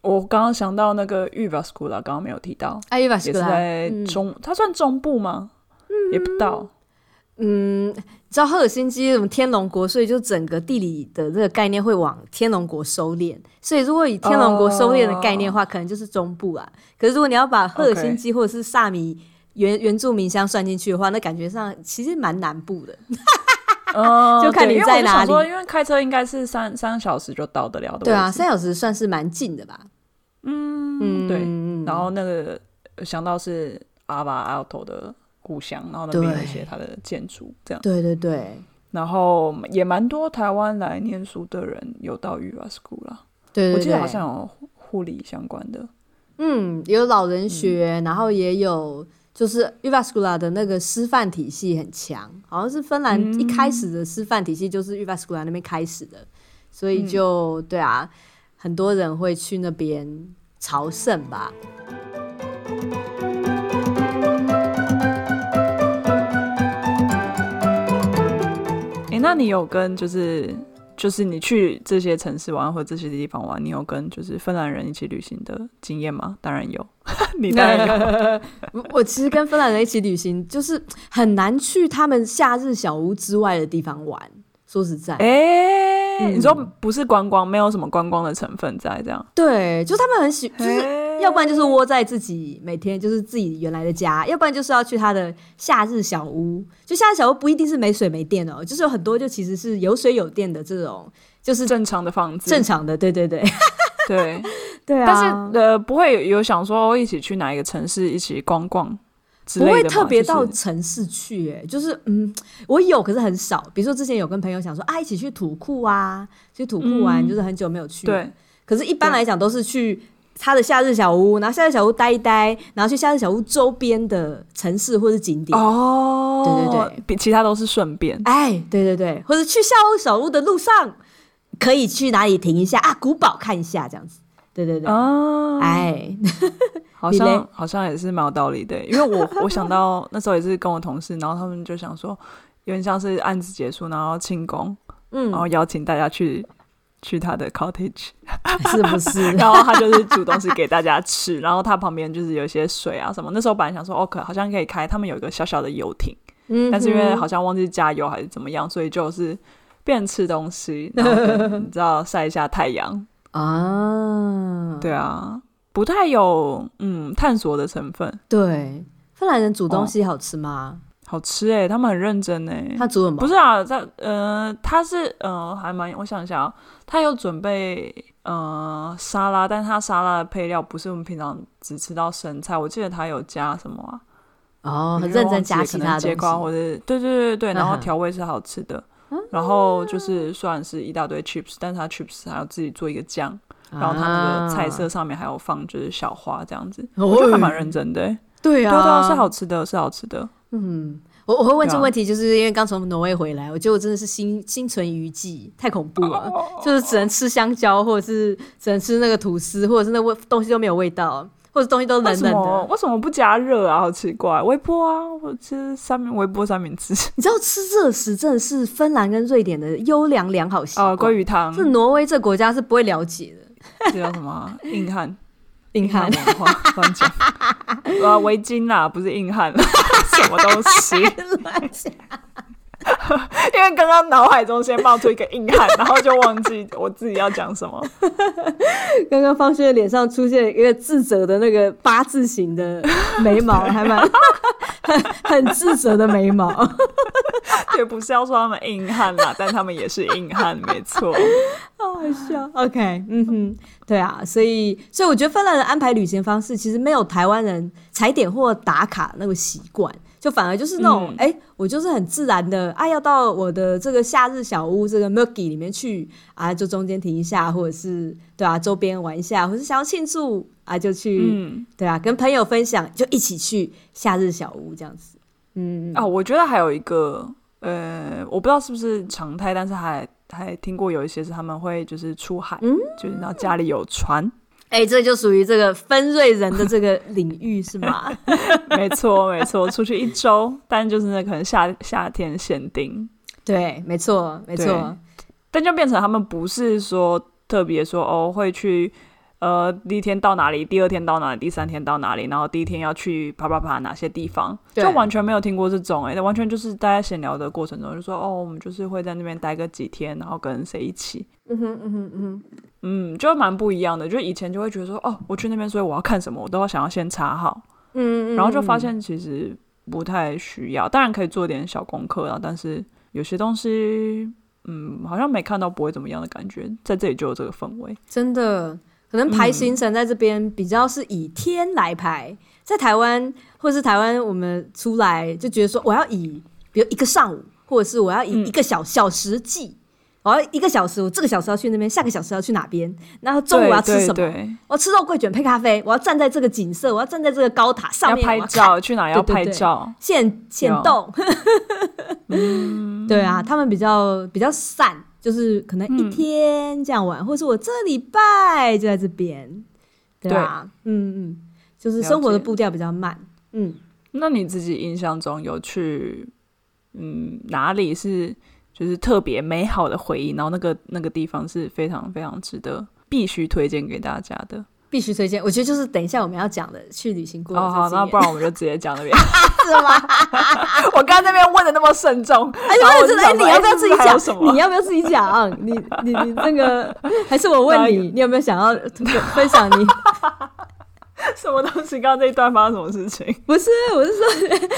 S2: 我刚刚想到那个 u v a s c u l a 刚刚没有提到，
S1: 哎，伊瓦
S2: 也
S1: 斯
S2: 是
S1: 克拉，
S2: 在中，它算中部吗？也不到，
S1: 嗯，你知道赫尔辛基什么天龙国，所以就整个地理的这个概念会往天龙国收敛。所以如果以天龙国收敛的概念的话，可能就是中部啊。可是如果你要把赫尔辛基或者是萨米原原住民乡算进去的话，那感觉上其实蛮南部的。
S2: 嗯，
S1: 就看
S2: 对
S1: 你
S2: 因为
S1: 在
S2: 我就
S1: 哪
S2: 想说
S1: 里
S2: 因为开车应该是三三个小时就到得了的位置。
S1: 对啊，三小时算是蛮近的吧。嗯
S2: 对
S1: 嗯
S2: 然后那个想到是阿巴阿头的故乡，然后那边有一些他的建筑这样，
S1: 对对对
S2: 然后也蛮多台湾来念书的人有到 u v a s c u l a
S1: 对对对，
S2: 我记得好像有护护理相关的，
S1: 嗯，有老人学，然后也有就是 u v a s c u l a 的那个师范体系很强，好像是芬兰一开始的师范体系就是 u v a s c u l a 那边开始的，所以就、对啊，很多人会去那边朝圣吧。
S2: 诶，那你有跟就是就是你去这些城市玩或者这些地方玩，你有跟就是芬兰人一起旅行的经验吗？当然有， 你当然有。
S1: 我我其实跟芬兰人一起旅行，就是很难去他们夏日小屋之外的地方玩。说实在，
S2: 诶，
S1: 嗯
S2: 哎你说不是观光，没有什么观光的成分在这样，
S1: 对，就他们很喜，就是
S2: 诶
S1: 要不然就是窝在自己每天就是自己原来的家，要不然就是要去他的夏日小屋。就夏日小屋不一定是没水没电哦，就是有很多就其实是有水有电的这种，就是
S2: 正常的房子，
S1: 正常的。对对对，
S2: 对。
S1: 对啊
S2: 但是呃，不会有想说一起去哪一个城市一起逛逛之
S1: 不
S2: 类的吗
S1: 会特别到
S2: 就是
S1: 城市去、哎，就是嗯，我有，可是很少。比如说之前有跟朋友想说啊，一起去土库啊，去土库玩，
S2: 嗯
S1: 就是很久没有去。，
S2: 对，
S1: 可是，一般来讲都是去他的夏日小屋，然后夏日小屋待一待，然后去夏日小屋周边的城市或是景点。
S2: 哦，
S1: 对对对，
S2: 比其他都是顺便，
S1: 哎，对对对，或者去夏屋小屋的路上，可以去哪里停一下啊？古堡看一下，这样子。对对对，
S2: 哦，
S1: 哎，
S2: 好
S1: 你嘞
S2: 像好像也是蛮有道理的，因为我我想到那时候也是跟我同事，然后他们就想说，有点像是案子结束，然后庆功，
S1: 嗯
S2: 然，后邀请大家去去他的 cottage，
S1: 是不是？
S2: 然后他就是煮东西给大家吃，然后他旁边就是有一些水啊什么。那时候本来想说，哦，可好像可以开，他们有一个小小的游艇，
S1: 嗯
S2: 但是因为好
S1: 哼
S2: 像忘记加油还是怎么样，所以就是变成吃东西，然 后跟你知道晒一下太阳，
S1: 啊，
S2: 对啊，不太有嗯探索的成分。
S1: 对，芬兰人煮东西好吃吗？
S2: 好吃哎、他们很认真哎、
S1: 他煮什么？
S2: 不是啊，在呃，他是呃，还蛮我想一下、啊，他有准备呃沙拉，但他沙拉的配料不是我们平常只吃到生菜，我记得他有加什么啊？
S1: 哦，
S2: 我
S1: 很
S2: 有点
S1: 认真
S2: 忘
S1: 加其
S2: 记了可
S1: 他
S2: 能
S1: 的
S2: 节瓜
S1: 东
S2: 或
S1: 西。啊
S2: 者对对对对，然后
S1: 嗯哼嗯
S2: 调味是好吃的，然后就是虽然是一大堆 chips，但是他 chips 还要自己做一个酱，然后他那个菜色
S1: 啊，
S2: 上面还有放就是小花这样子，
S1: 哦
S2: 我觉得还蛮认真的、欸，
S1: 对
S2: 对
S1: 啊，
S2: 啊对啊，是好吃的，是好吃的，
S1: 嗯，我我会问这
S2: 对
S1: 个
S2: 啊
S1: 问题，就是因为刚从挪威回来，我觉得我真的是心心存余悸，太恐怖了，
S2: 哦
S1: 就是只能吃香蕉，或者是只能吃那个吐司，或者是那味东西都没有味道，或者东西都
S2: 为
S1: 冷
S2: 什
S1: 冷
S2: 么
S1: 的。
S2: 为什么不加热啊？好奇怪，微波啊，我吃三明微波三明治
S1: 你知道吃热食真的是芬兰跟瑞典的优良良好习
S2: 啊，
S1: 惯，
S2: 鲑鱼汤，
S1: 是挪威这国家是不会了解的。
S2: 这叫什么啊？硬汉，
S1: 硬汉
S2: 文化，乱讲，啊，围巾啦，不是硬汉，什么东西？ 因为刚刚脑海中先冒出一个硬汉，然后就忘记我自己要讲什么。
S1: 刚刚方轩的脸上出现一个自责的那个八字形的眉毛，还蛮 很很自责的眉毛。
S2: 对，不是要说他们硬汉啦，但他们也是硬汉，没错。
S1: 好好笑。OK，嗯 哼，对啊，所以所以我觉得芬兰人安排旅行方式其实没有台湾人踩点或打卡那个习惯，就反而就是那种哎、诶我就是很自然的啊，要到我的这个夏日小屋这个 Milky 里面去啊，就中间停一下，或者是对啊周边玩一下，或是想要庆祝啊就去、
S2: 嗯，
S1: 对啊跟朋友分享，就一起去夏日小屋这样子。嗯，
S2: 啊，我觉得还有一个，呃，我不知道是不是常态，但是还还听过有一些是他们会就是出海，
S1: 嗯
S2: 就是然后家里有船，
S1: 哎、这就属于这个分瑞人的这个领域是吗？
S2: 没错，没错，出去一周，但就是那可能夏夏天限定，
S1: 对，没错，没错
S2: 对，但就变成他们不是说特别说哦会去，呃，第一天到哪里，第二天到哪里，第三天到哪里，然后第一天要去啪啪啪哪些地方，
S1: 对
S2: 就完全没有听过这种哎、完全就是大家闲聊的过程中就说哦，我们就是会在那边待个几天，然后跟谁一起，
S1: 嗯哼，嗯哼，嗯哼。
S2: 嗯，就蛮不一样的。就以前就会觉得说哦，我去那边，所以我要看什么，我都要想要先查好，
S1: 嗯，
S2: 然后就发
S1: 嗯
S2: 现其实不太需要，当然可以做点小功课啊，但是有些东西，嗯，好像没看到不会怎么样的感觉，在这里就有这个氛围。
S1: 真的可能排行程在这边比较是以天来排，在台湾或是台湾我们出来就觉得说我要以比如一个上午，或者是我要以
S2: 嗯
S1: 一个小、小时计。我要一个小时，我这个小时要去那边，下个小时要去哪边，然后中午我要吃什么？
S2: 对对
S1: 我要吃肉桂卷配咖啡，我要站在这个景色，我要站在这个高塔
S2: 对
S1: 上
S2: 要
S1: 面，
S2: 拍
S1: 我看
S2: 照，去 哪要
S1: 对对
S2: 拍
S1: 对
S2: 照，
S1: 现现
S2: 有 嗯
S1: 动，对啊，他们比较比较散，就是可能一天这样玩，或是我这礼拜就在这边，对啊，嗯嗯，就是生活的
S2: 了解
S1: 步调比较慢，嗯，
S2: 那你自己印象中有去嗯哪里是就是特别美好的回忆，然后那个那个地方是非常非常值得必须推荐给大家的。
S1: 必须推荐。我觉得就是等一下我们要讲的去旅行过的
S2: 哦，好，
S1: 这
S2: 那
S1: 经
S2: 不
S1: 验，
S2: 然我们就直接讲那边。
S1: 是吗？
S2: 我刚刚那边问的那么慎重，
S1: 哎
S2: 然后
S1: 呦，
S2: 我
S1: 真的，
S2: 就
S1: 哎，
S2: 想
S1: 你
S2: 说
S1: 要不要
S2: 哎
S1: 自
S2: 是
S1: 己
S2: 还有什
S1: 讲？
S2: 么
S1: 你要不要自己讲？哦你你你那个，还是我
S2: 哪
S1: 问
S2: 一个
S1: 你，你有没有想要分享你？
S2: 什么东西？刚刚这一段发生什么事情？
S1: 不是，我是说，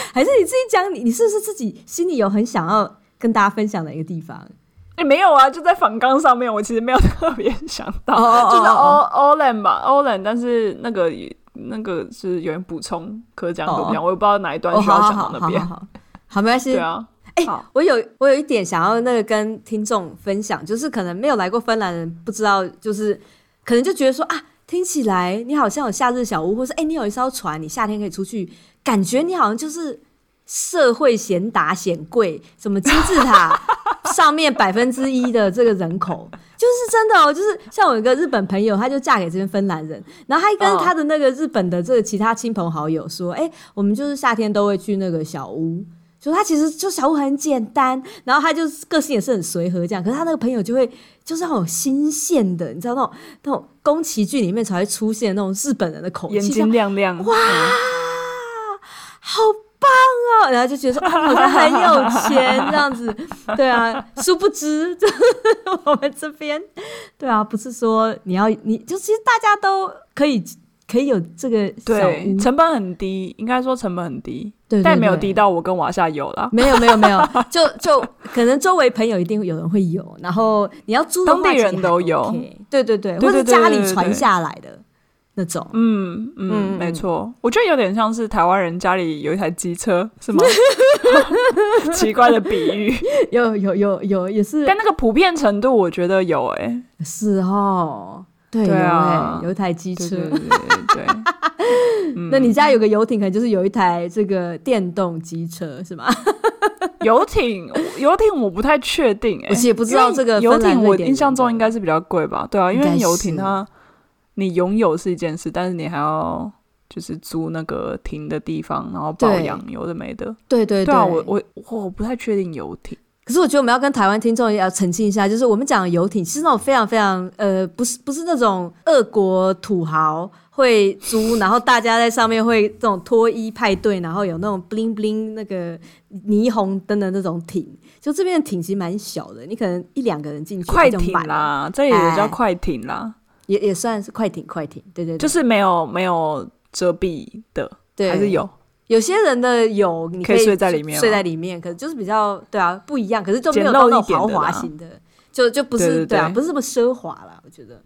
S1: 还是你自己讲，你你是不是自己心里有很想要跟大家分享的一个地方？
S2: 哎、没有啊，就在反纲上面，我其实没有 特别想到，
S1: 哦哦哦
S2: 就是
S1: 哦
S2: O Olan 吧，Olan，但是那个那个是有人补充，可讲可不讲，我也不知道哪一段
S1: 哦，
S2: 需要
S1: 好好
S2: 讲
S1: 好
S2: 到
S1: 好
S2: 那边。
S1: 好好，好，没关系。
S2: 对啊，
S1: 哎
S2: 好
S1: 我有我有一点想要那个跟听众分享，就是可能没有来过芬兰人不知道，就是可能就觉得说啊，听起来你好像有夏日小屋，或是哎、你有一艘船，你夏天可以出去，感觉你好像就是社会贤达显贵，什么金字 塔上面百分之一的这个人口，就是真的哦，就是像我有一个日本朋友，她就嫁给这边芬兰人，然后她跟
S2: 嗯
S1: 她的那个日本的这个其他亲朋好友说，哎、我们就是夏天都会去那个小屋。就他其实就小屋很简单，然后他就是个性也是很随和这样，可是他那个朋友就会就是那种新鲜的，你知道那种那种宫崎骏里面才会出现的那种日本人的口
S2: 眼
S1: 气，这样
S2: 睛亮亮，嗯哇，
S1: 好棒哦！然后就觉得说，啊好像很有钱这样 子，对啊，殊不知 这我们这边，对啊，不是说你要你就其实大家都可以可以有这个小
S2: 对，
S1: 屋，
S2: 成本很低，应该说成本很低，
S1: 对对
S2: 但没有
S1: 对
S2: 低到我跟瓦夏有啦。
S1: 没有没有没有， 就就可能周围朋友一定有人会有，然后你要租的话
S2: 当地
S1: 其
S2: 人
S1: 实还
S2: 都有
S1: OK，对对对，
S2: 对
S1: 或者
S2: 对对
S1: 家里
S2: 对对
S1: 传
S2: 对
S1: 下来的那种，
S2: 嗯
S1: 嗯
S2: 嗯，没错，我觉得有点像是台湾人家里有一台机车，是 吗？奇怪的比喻，
S1: 有有有有也是
S2: 但那个普遍程度，我觉得有哎、欸，
S1: 是哦，对
S2: 对
S1: 有
S2: 啊
S1: 欸有一台机
S2: 对
S1: 车
S2: 对。对对对，嗯
S1: 那你家有个游艇，可能就是有一台这个电动机车，是吗？
S2: 游艇游艇我不太确定哎、
S1: 我其实也不知道这个
S2: 因为游
S1: 芬兰
S2: 艇，
S1: 瑞
S2: 我
S1: 典
S2: 印象
S1: 有
S2: 中
S1: 的
S2: 应该是比较贵吧？对啊，因
S1: 应该
S2: 为
S1: 是
S2: 游艇它你拥有是一件事，但是你还要就是租那个停的地方，然后保
S1: 对
S2: 养，有的没的。
S1: 对对
S2: 对啊，我我我我不太确定游艇。
S1: 可是我觉得我们要跟台湾听众也要澄清一下，就是我们讲的游艇是那种非常非常呃，不是不是那种俄国土豪会租，然后大家在上面会这种脱衣派对，然后有那种 bling bling 那个霓虹灯的那种艇。就这边的艇其实蛮小的，你可能一两个人进去
S2: 快
S1: 就
S2: 艇
S1: 满了，
S2: 啦，这里也
S1: 哎
S2: 叫快艇啦，
S1: 也也算是快艇，快艇，对对对，
S2: 就是没有没有遮蔽的，
S1: 对
S2: 还是有
S1: 有些人的有，你
S2: 可以睡在里面吗
S1: 睡在里面，可是就是比较对啊，不一样，可是就没有
S2: 简陋
S1: 到那种
S2: 一点
S1: 豪
S2: 的
S1: 华
S2: 啦
S1: 型的，就就不是
S2: 对对对
S1: 啊，不是这么奢华啦，我觉 得。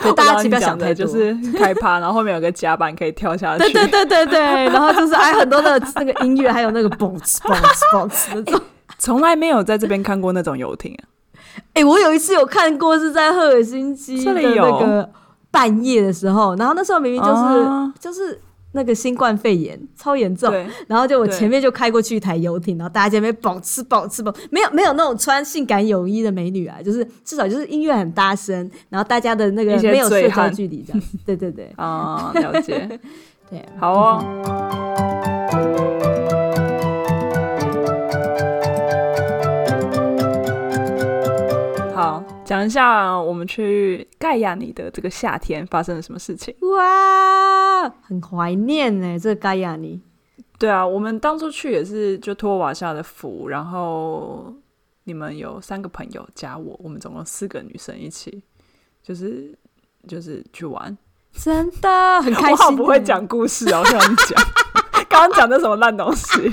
S1: 对，大家其实不要想太
S2: 的
S1: 多。
S2: 就 是开趴，然后后面有个甲板可以跳下去。
S1: 对对对对对，然后就是哎还有很多的那个音乐，还有那个蹦次蹦次蹦次那种。
S2: 从来没有在这边看过那种游艇、啊，
S1: 哎、我有一次有看过，是在赫尔辛基
S2: 这
S1: 的
S2: 里有
S1: 那个半夜的时候，然后那时候明明就是、
S2: 啊
S1: 就是那个新冠肺炎超严重，
S2: 对
S1: 然后就我
S2: 对
S1: 前面就开过去一台游艇，然后大家在那边饱吃饱吃饱，没有没有那种穿性感泳衣的美女啊，就是至少就是音乐很大声，然后大家的那个
S2: 一些
S1: 没有社
S2: 醉
S1: 交
S2: 汉
S1: 距离这样，对对对
S2: 啊、了解，
S1: 对啊，
S2: 好哦。好，讲一下我们去盖亚尼的这个夏天发生了什么事情。
S1: 哇，很怀念呢，这个盖亚尼，
S2: 对啊，我们当初去也是就托瓦夏的福，然后你们有三个朋友加我，我们总共四个女生一起，就是就是去玩。
S1: 真的很开
S2: 我
S1: 心。欸
S2: 好不会，讲故事哦，我想讲， 刚刚讲的什么烂东西？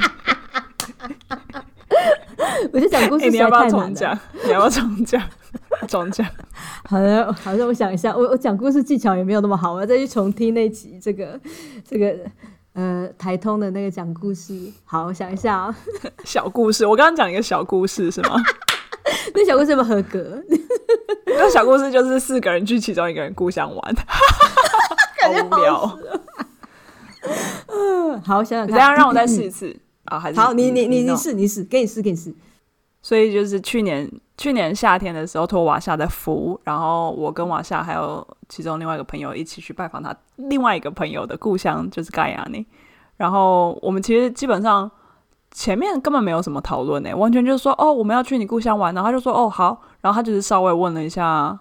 S1: 我就 讲故
S2: 哎、
S1: 事
S2: 你
S1: 实在
S2: 要不要
S1: 太
S2: 重
S1: 难了。
S2: 讲？你要不要重讲？ 重讲？
S1: 好的，好的，我想一下，我我讲故事技巧也没有那么好，我要再去重听那集这个这个呃台通的那个讲故事。好，我想一下啊、
S2: 小故事，我刚刚讲一个小故事是吗？
S1: 那小故事有没有合格？
S2: 那小故事就是四个人去其中一个人故 乡玩，好无聊哦。
S1: 好，我想想
S2: 你
S1: 看。
S2: 这样让我再试一次啊？还是
S1: 好，你你你
S2: 弄
S1: 你试你试，给你试给你试。
S2: 所以就是去年去年夏天的时候托瓦夏的福，然后我跟瓦夏还有其中另外一个朋友一起去拜访他另外一个朋友的故乡，就是盖亚尼。然后我们其实基本上前面根本没有什么讨论呢，完全就是说哦我们要去你故乡玩，然后他就说哦好，然后他就是稍微问了一下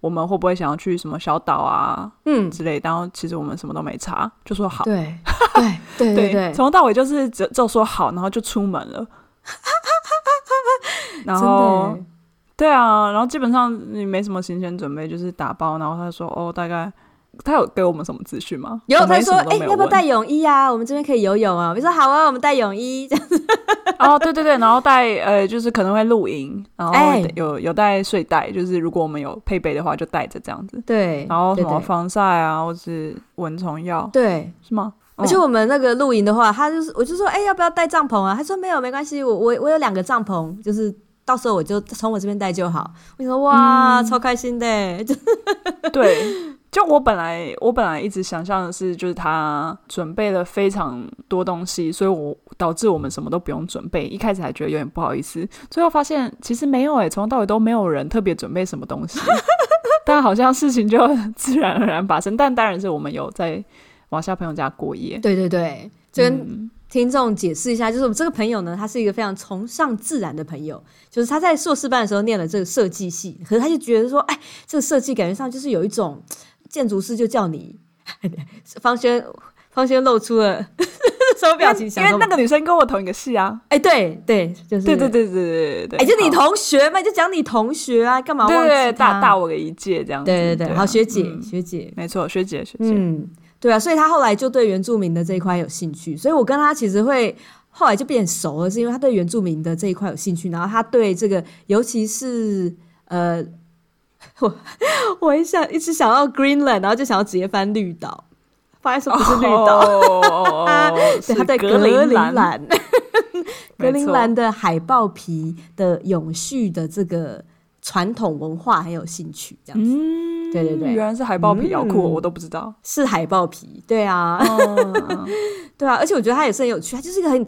S2: 我们会不会想要去什么小岛啊
S1: 嗯，
S2: 之类，然后其实我们什么都没查，就说好。
S1: 对对 对对对，
S2: 从头到尾就是只就说好，然后就出门 了。
S1: 哦真
S2: 然后
S1: 的耶欸
S2: 对啊，然后基本上你没什么行前准备，就是打包，然后他说哦，大概他有给我们什么资讯吗？
S1: 有
S2: 我们
S1: 他
S2: 也
S1: 说
S2: 什么
S1: 哎、
S2: 都没有
S1: 要不要
S2: 问
S1: 带泳衣啊？我们这边可以游泳啊。我就说好啊，我们带泳衣。这样
S2: 哦，对对对，然后带呃，就是可能会露营，然后
S1: 哎
S2: 有有带睡袋，就是如果我们有配备的话，就带着这样子。
S1: 对，
S2: 然后什
S1: 对
S2: 么
S1: 对
S2: 防晒啊，或是蚊虫药，
S1: 对，
S2: 是吗？
S1: 而且我们那个露营的话，他就是我就说，哎、要不要带帐篷啊？他说没有，没关系，我我我有两个帐篷，就是到时候我就从我这边带就好。我想说哇，超开心的， 就
S2: 对，就我本来我本来一直想象的是，就是他准备了非常多东西，所以我导致我们什么都不用准备。一开始还觉得有点不好意思，最后发现其实没有诶、从头到尾都没有人特别准备什么东西， 但好像事情就 自然而然发生。但当然是我们有在往下朋友家过夜，
S1: 对对对，就跟
S2: 嗯
S1: 听众解释一下，就是我们这个朋友呢，他是一个非常崇尚自然的朋友，就是他在硕士班的时候念了这个设计系，可是他就觉得说，哎，这个设计感觉上就是有一种建筑师就叫你 方轩，方轩露出了 什么表情？
S2: 因为那个女生跟我同一个系啊，
S1: 哎，对对，就是
S2: 对对对对对对对，
S1: 哎、就你
S2: 好
S1: 同学嘛，就讲你同学啊，干嘛
S2: 对
S1: 忘
S2: 对
S1: 记
S2: 对
S1: 他
S2: 大大我个一届这样子，
S1: 对对对，
S2: 啊
S1: 好学姐、
S2: 嗯
S1: 学姐，
S2: 没错，学姐学姐，
S1: 嗯，对啊，所以他后来就对原住民的这一块有兴趣，所以我跟他其实会后来就变熟了，是因为他对原住民的这一块有兴趣，然后他对这个尤其是呃， 我我一想一直想到 Greenland，然后就想要直接翻绿岛，发现说不是绿
S2: 哦
S1: 岛。
S2: 岛
S1: 啊对，他对哦格
S2: 陵
S1: 陵兰， 格
S2: 没
S1: 陵
S2: 错
S1: 兰的海豹皮的永续的这个传统文化很有兴趣，这样子、
S2: 嗯，
S1: 对对对
S2: 原来是海豹皮，好酷哦，
S1: 嗯
S2: 我都不知道。
S1: 是海豹皮，对啊，
S2: 嗯，
S1: 对啊，而且我觉得她也是很有趣，她就是一个很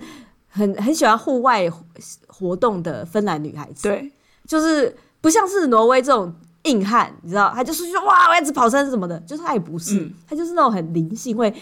S1: 很很喜欢户外活活动的芬兰女孩子，，
S2: 对，
S1: 就是不像是挪威这种。硬汉，你知道，她就是说哇，我要一直跑山什么的，就是她也不是，
S2: 嗯
S1: 她就是那种很灵性，会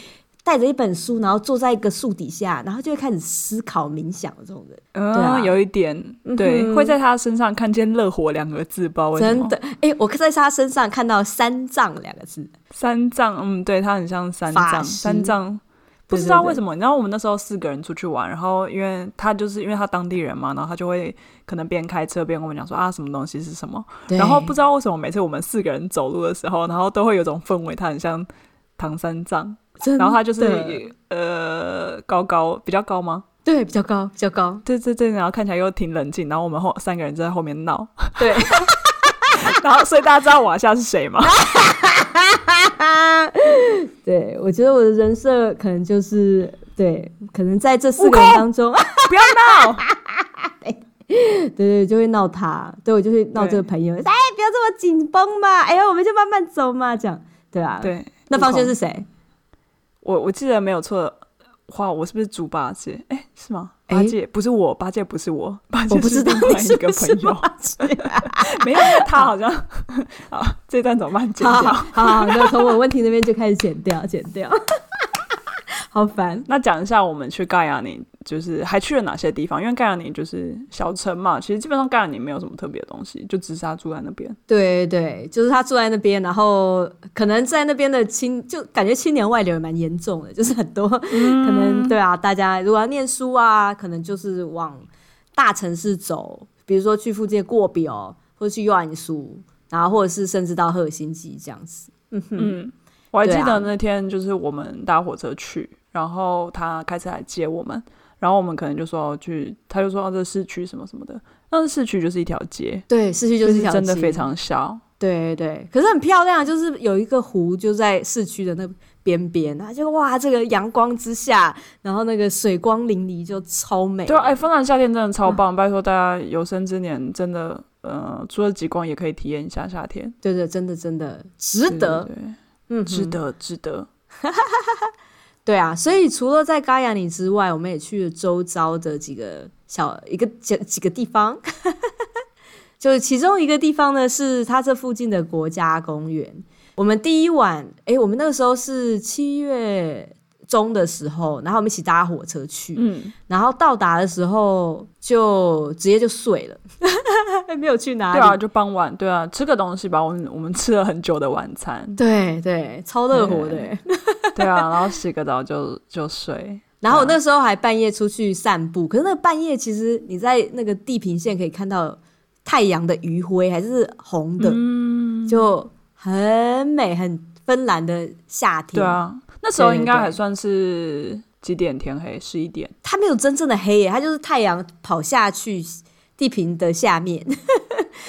S1: 带着一本书，然后坐在一个树底下，然后就会开始思考冥想的这种人。啊
S2: 嗯，有一点，对，
S1: 嗯哼
S2: 会在他身上看见“乐活”两个字，不知道为什么
S1: 真。的，哎、我在他身上看到“三藏”两个字，
S2: 三藏，嗯，对他很像三
S1: 法
S2: 藏，
S1: 师
S2: 三藏。不
S1: 对
S2: 知道
S1: 对对
S2: 为什么，你知道我们那时候四个人出去玩，然后因为他就是因为他当地人嘛，然后他就会可能边开车边跟我们讲说啊什么东西是什么，然后不知道为什么每次我们四个人走路的时候，然后都会有一种氛围，他很像唐三藏，
S1: 真的，
S2: 然后他就是呃高高比较高吗？
S1: 对比较高，比较高，
S2: 对对对，然后看起来又挺冷静，然后我们后三个人就在后面闹，
S1: 对，
S2: 然后所以大家知道瓦夏是谁 吗？
S1: 对，我觉得我的人设可能就是对，可能在这四
S2: 悟
S1: 个
S2: 空
S1: 人当中，
S2: 不要闹，
S1: 对对，就会闹他，对我就会闹这个
S2: 对
S1: 朋友，哎，不要这么紧绷嘛，哎呀，我们就慢慢走嘛，这样，对啊，，
S2: 对，
S1: 那
S2: 悟
S1: 方轩
S2: 空
S1: 是谁？
S2: 我我记得没有错，哇，我是不是猪八戒？哎、是吗？八
S1: 诶
S2: 戒、不是我，八戒不是我，八 戒
S1: 我不
S2: 是
S1: 知道
S2: 另
S1: 你
S2: 外一
S1: 是
S2: 个
S1: 不 是
S2: 朋友，
S1: 八戒
S2: 没有他好像 好，这段怎么办？剪
S1: 好好
S2: 掉。
S1: 好好，那从我问题那边就开始剪掉，剪掉， 好烦。
S2: 那讲一下我们去盖亚尼，就是还去了哪些地方？因为盖亚尼就是小城嘛，其实基本上盖亚尼没有什么特别的东西，就只是他住在那边。
S1: 对对，就是他住在那边，然后可能在那边的青，就感觉青年外流也蛮严重的，就是很多、可
S2: 嗯
S1: 能对啊，大家如果要念书啊，可能就是往大城市走，比如说去附近的过表，或者去右岸苏，然后或者是甚至到赫辛基这样子。
S2: 嗯，我还记
S1: 对
S2: 得
S1: 啊
S2: 那天就是我们搭火车去，然后他开车来接我们，然后我们可能就说哦去，他就说哦这市区什么什么的，但是市区就是一条街，
S1: 对，市区
S2: 就
S1: 就是一条
S2: 真的
S1: 街
S2: 非常小。
S1: 对对，可是很漂亮，就是有一个湖就在市区的那边边，啊，就哇，这个阳光之下，然后那个水光粼粼，就超美。
S2: 对啊，哎，芬兰夏天真的超棒，拜托大家有生之年真的，呃，除了极光也可以体验一下夏天，
S1: 对对，真的真的值
S2: 对
S1: 得，
S2: 对对
S1: 嗯，
S2: 值。得，值得。
S1: 对啊，所以除了在嘎雅尼之外，我们也去了周遭的几个小一个几几个地方， 就是其中一个地方呢是它这附近的国家公园。我们第一晚，诶，我们那个时候是七月中的时候，然后我们一起搭火车去，
S2: 嗯，
S1: 然后到达的时候就直接就睡了， 没有去哪里。，
S2: 对啊，就傍晚，对啊，吃个东西吧。我们我们吃了很久的晚餐
S1: 对对，超热火的
S2: 对
S1: 欸。
S2: 对啊，然后洗个澡就就睡。
S1: 然后我
S2: 对
S1: 那时候还半夜出去散步，可是那个半夜其实你在那个地平线可以看到太阳的余晖，还是红的，
S2: 嗯
S1: 就很美，很芬兰的夏天。
S2: 对，啊，那时候
S1: 对
S2: 应该
S1: 对
S2: 还算是几点天黑？十一点。
S1: 它没有真正的黑耶，它就是太阳跑下去地平的下面。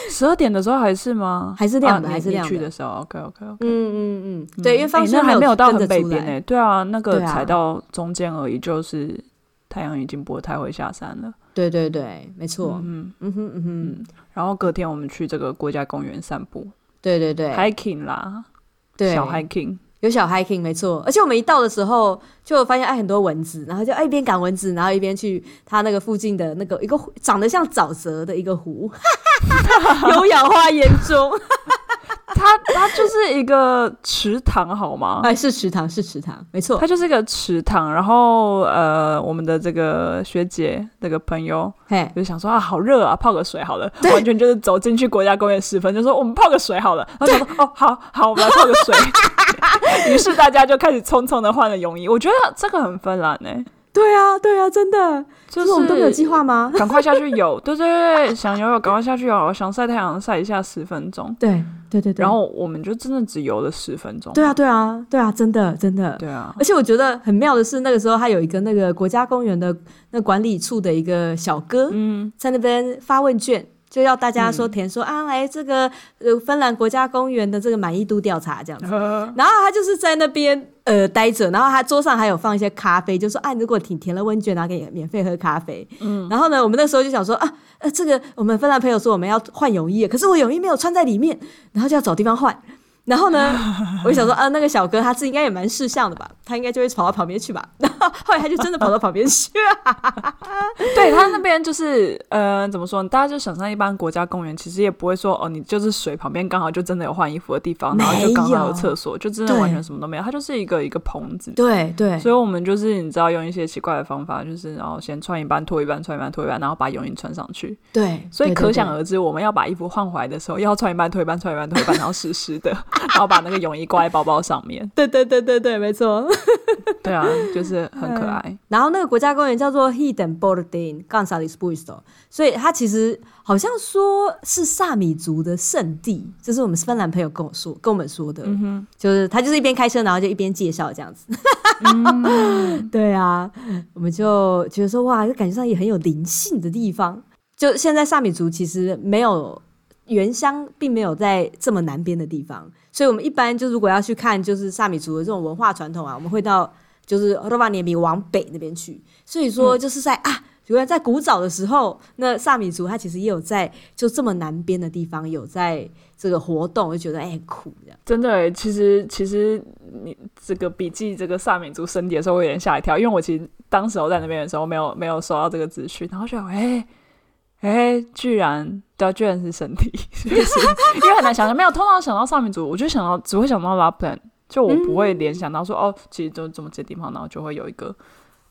S2: 十二点的时候还是吗？
S1: 还是亮的
S2: 啊你
S1: 还是亮的
S2: 你去的时候，OK OK OK。
S1: 嗯嗯嗯，对，因为
S2: 哎
S1: 方
S2: 那
S1: 向
S2: 还没有到
S1: 跟
S2: 很
S1: 着
S2: 北
S1: 出
S2: 边诶、
S1: 来。
S2: 对啊，那个
S1: 对啊
S2: 才到中间而已，就是太阳已经不太会下山了。
S1: 对对对，没错。
S2: 嗯，
S1: 嗯哼嗯哼，
S2: 然后隔天我们去这个国家公园散步嗯
S1: 对对对，
S2: ，hiking 啦，
S1: 对
S2: 小 hiking，
S1: 有小 hiking 没错，而且我们一到的时候就发现哎很多蚊子，然后就哎一边赶蚊子，然后一边去它那个附近的那个一个湖长得像沼泽的一个 湖，有氧花园中，
S2: 它它就是一个池塘好吗？
S1: 哎是池塘是池塘，没错
S2: 它，就是一个池塘，然后呃，我们的这个学姐那个朋友
S1: 嘿，
S2: 就想说啊，好热啊，泡个水好了，完全就是走进去国家公园十分，就说我们泡个 水好了，然后想说哦，好好，我们来泡个水。于是大家就开始匆匆的换了泳衣，我觉得这个很芬兰 欸呢、
S1: 对啊对啊，真的，
S2: 就
S1: 这是我们都没有计
S2: 是
S1: 划吗？
S2: 赶快下去游，对对对，想游泳赶快下去游，想晒太阳晒一下十分钟，
S1: 对对对对，
S2: 然后我们就真的只游了十分钟，
S1: 对啊对啊对啊，真的真的，
S2: 对啊，
S1: 而且我觉得很妙的是，那个时候他有一个那个国家公园的那管理处的一个小哥，嗯，在那边发问卷，就要大家说填说、啊，来这个呃芬兰国家公园的这个满意度调查这样子。然后他就是在那边呃待着，然后他桌上还有放一些咖啡，就说啊，如果你填了问卷，然后给你免费喝咖啡。嗯，然后呢，我们那时候就想说啊，呃，这个我们芬兰朋友说我们要换泳衣，可是我泳衣没有穿在里面，然后就要找地方换。然后呢，我就想说啊，那个小哥他自己应该也蛮识相的吧，他应该就会跑到旁边去吧。 然后后来他就真的跑到旁边去了。
S2: 对他那边就是呃，怎么说呢？大家就想象一般国家公园，其实也不会说哦，你就是水旁边刚好就真的有换衣服的地方，然后就刚好有厕所，就真的
S1: 对
S2: 完全什么都没有，它就是一个一个棚子。
S1: 对对
S2: 所以我们就是你知道用一些奇怪的方法，就是然后先穿一半脱一半，穿一半脱一半，然后把泳衣穿上去。
S1: 对，
S2: 所以可想
S1: 知，
S2: 而知，我们要把衣服换回来的时候，要穿一半脱一半，穿一半脱一半，然后湿湿的， 然后把那个泳衣挂在包包上面。
S1: 对对对对对，没错。
S2: 对啊，就是很可爱。
S1: 然后那个国家公园叫做 Hidden Bordin g a n s a l i s b u i s t o 所以它其实好像说是萨米族的圣地，这是我们芬兰朋友跟我说跟我们说的，就是他就是一边开车，然后就一边介绍这样子。 对啊，我们就觉得说哇，这感觉上也很有灵性的地方。就现在萨米族其实没有原乡，并没有在这么南边的地方，所以我们一般就如果要去看就是萨米族的这种文化传统啊，我们会到就是 r o v a n i e m i 往北那边去。所以说就是在、啊原来在古早的时候，那萨米族他其实也有在就这么南边的地方有在这个活动，我就觉得哎、很酷这样。
S2: 真的欸，其实其实你这个笔记这个萨美族身体的时候，我有点吓一跳，因为我其实当时我在那边的时候，没有没有收到这个资讯，然后就哎哎、欸居然对啊，居然是身体， 就是因为很难想象，没有通常想到萨美族，我就想到只会想到拉普兰，就我不会联想到
S1: 嗯
S2: 说、哦，其实就这么这地方，然后就会有一个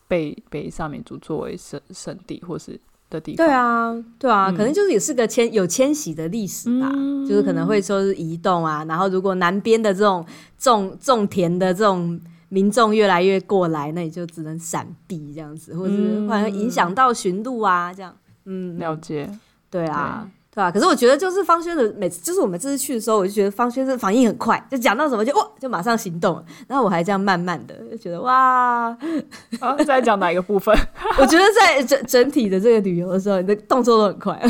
S2: 被被萨美族作为圣圣地或是的地方，
S1: 对，啊，对啊，
S2: 嗯
S1: 可能就是也是个迁有迁徙的历史吧，就是可能会说是移动啊，然后如果南边的这种种种田的这种民众越来越过来，那你就只能闪避这样子，或者是会影响到巡路啊这样。嗯，
S2: 了解，
S1: 对啊，对啊。可是我觉得就是方轩的每次，就是我们这次去的时候，我就觉得方轩是反应很快，就讲到什么就哇就马上行动了。然后我还这样慢慢的就觉得哇，
S2: 啊，在讲哪一个部分？
S1: 我觉得在整整体的这个旅游的时候，你的动作都很快，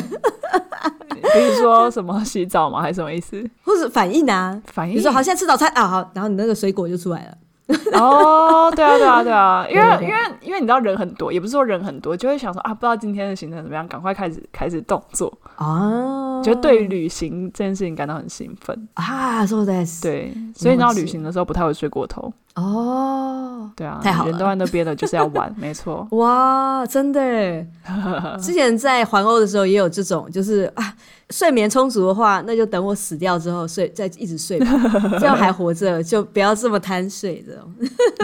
S2: 比如说什么洗澡吗？还是什么意思？
S1: 或者反应啊。
S2: 反
S1: 比
S2: 应
S1: 如说好，现在吃早餐啊，好，然后你那个水果就出来了。
S2: 哦，对啊，对啊，对啊，因为
S1: 对对对
S2: 因为因为你知道人很多，也不是说人很多，就会想说啊，不知道今天的行程怎么样，赶快开始开始动作，
S1: 哦，
S2: 就对于旅行这件事情感到很兴奋。
S1: 啊，说的对
S2: 对，所以你知道
S1: 了解
S2: 旅行的时候不太会睡过头，
S1: 哦，
S2: 对啊，
S1: 太好了
S2: 人都在那边了，就是要玩，没错。
S1: 哇，真的 耶！之前在环欧的时候也有这种，就是啊，睡眠充足的话，那就等我死掉之后睡，再一直睡 吧，这样还活着就不要这么贪睡这种。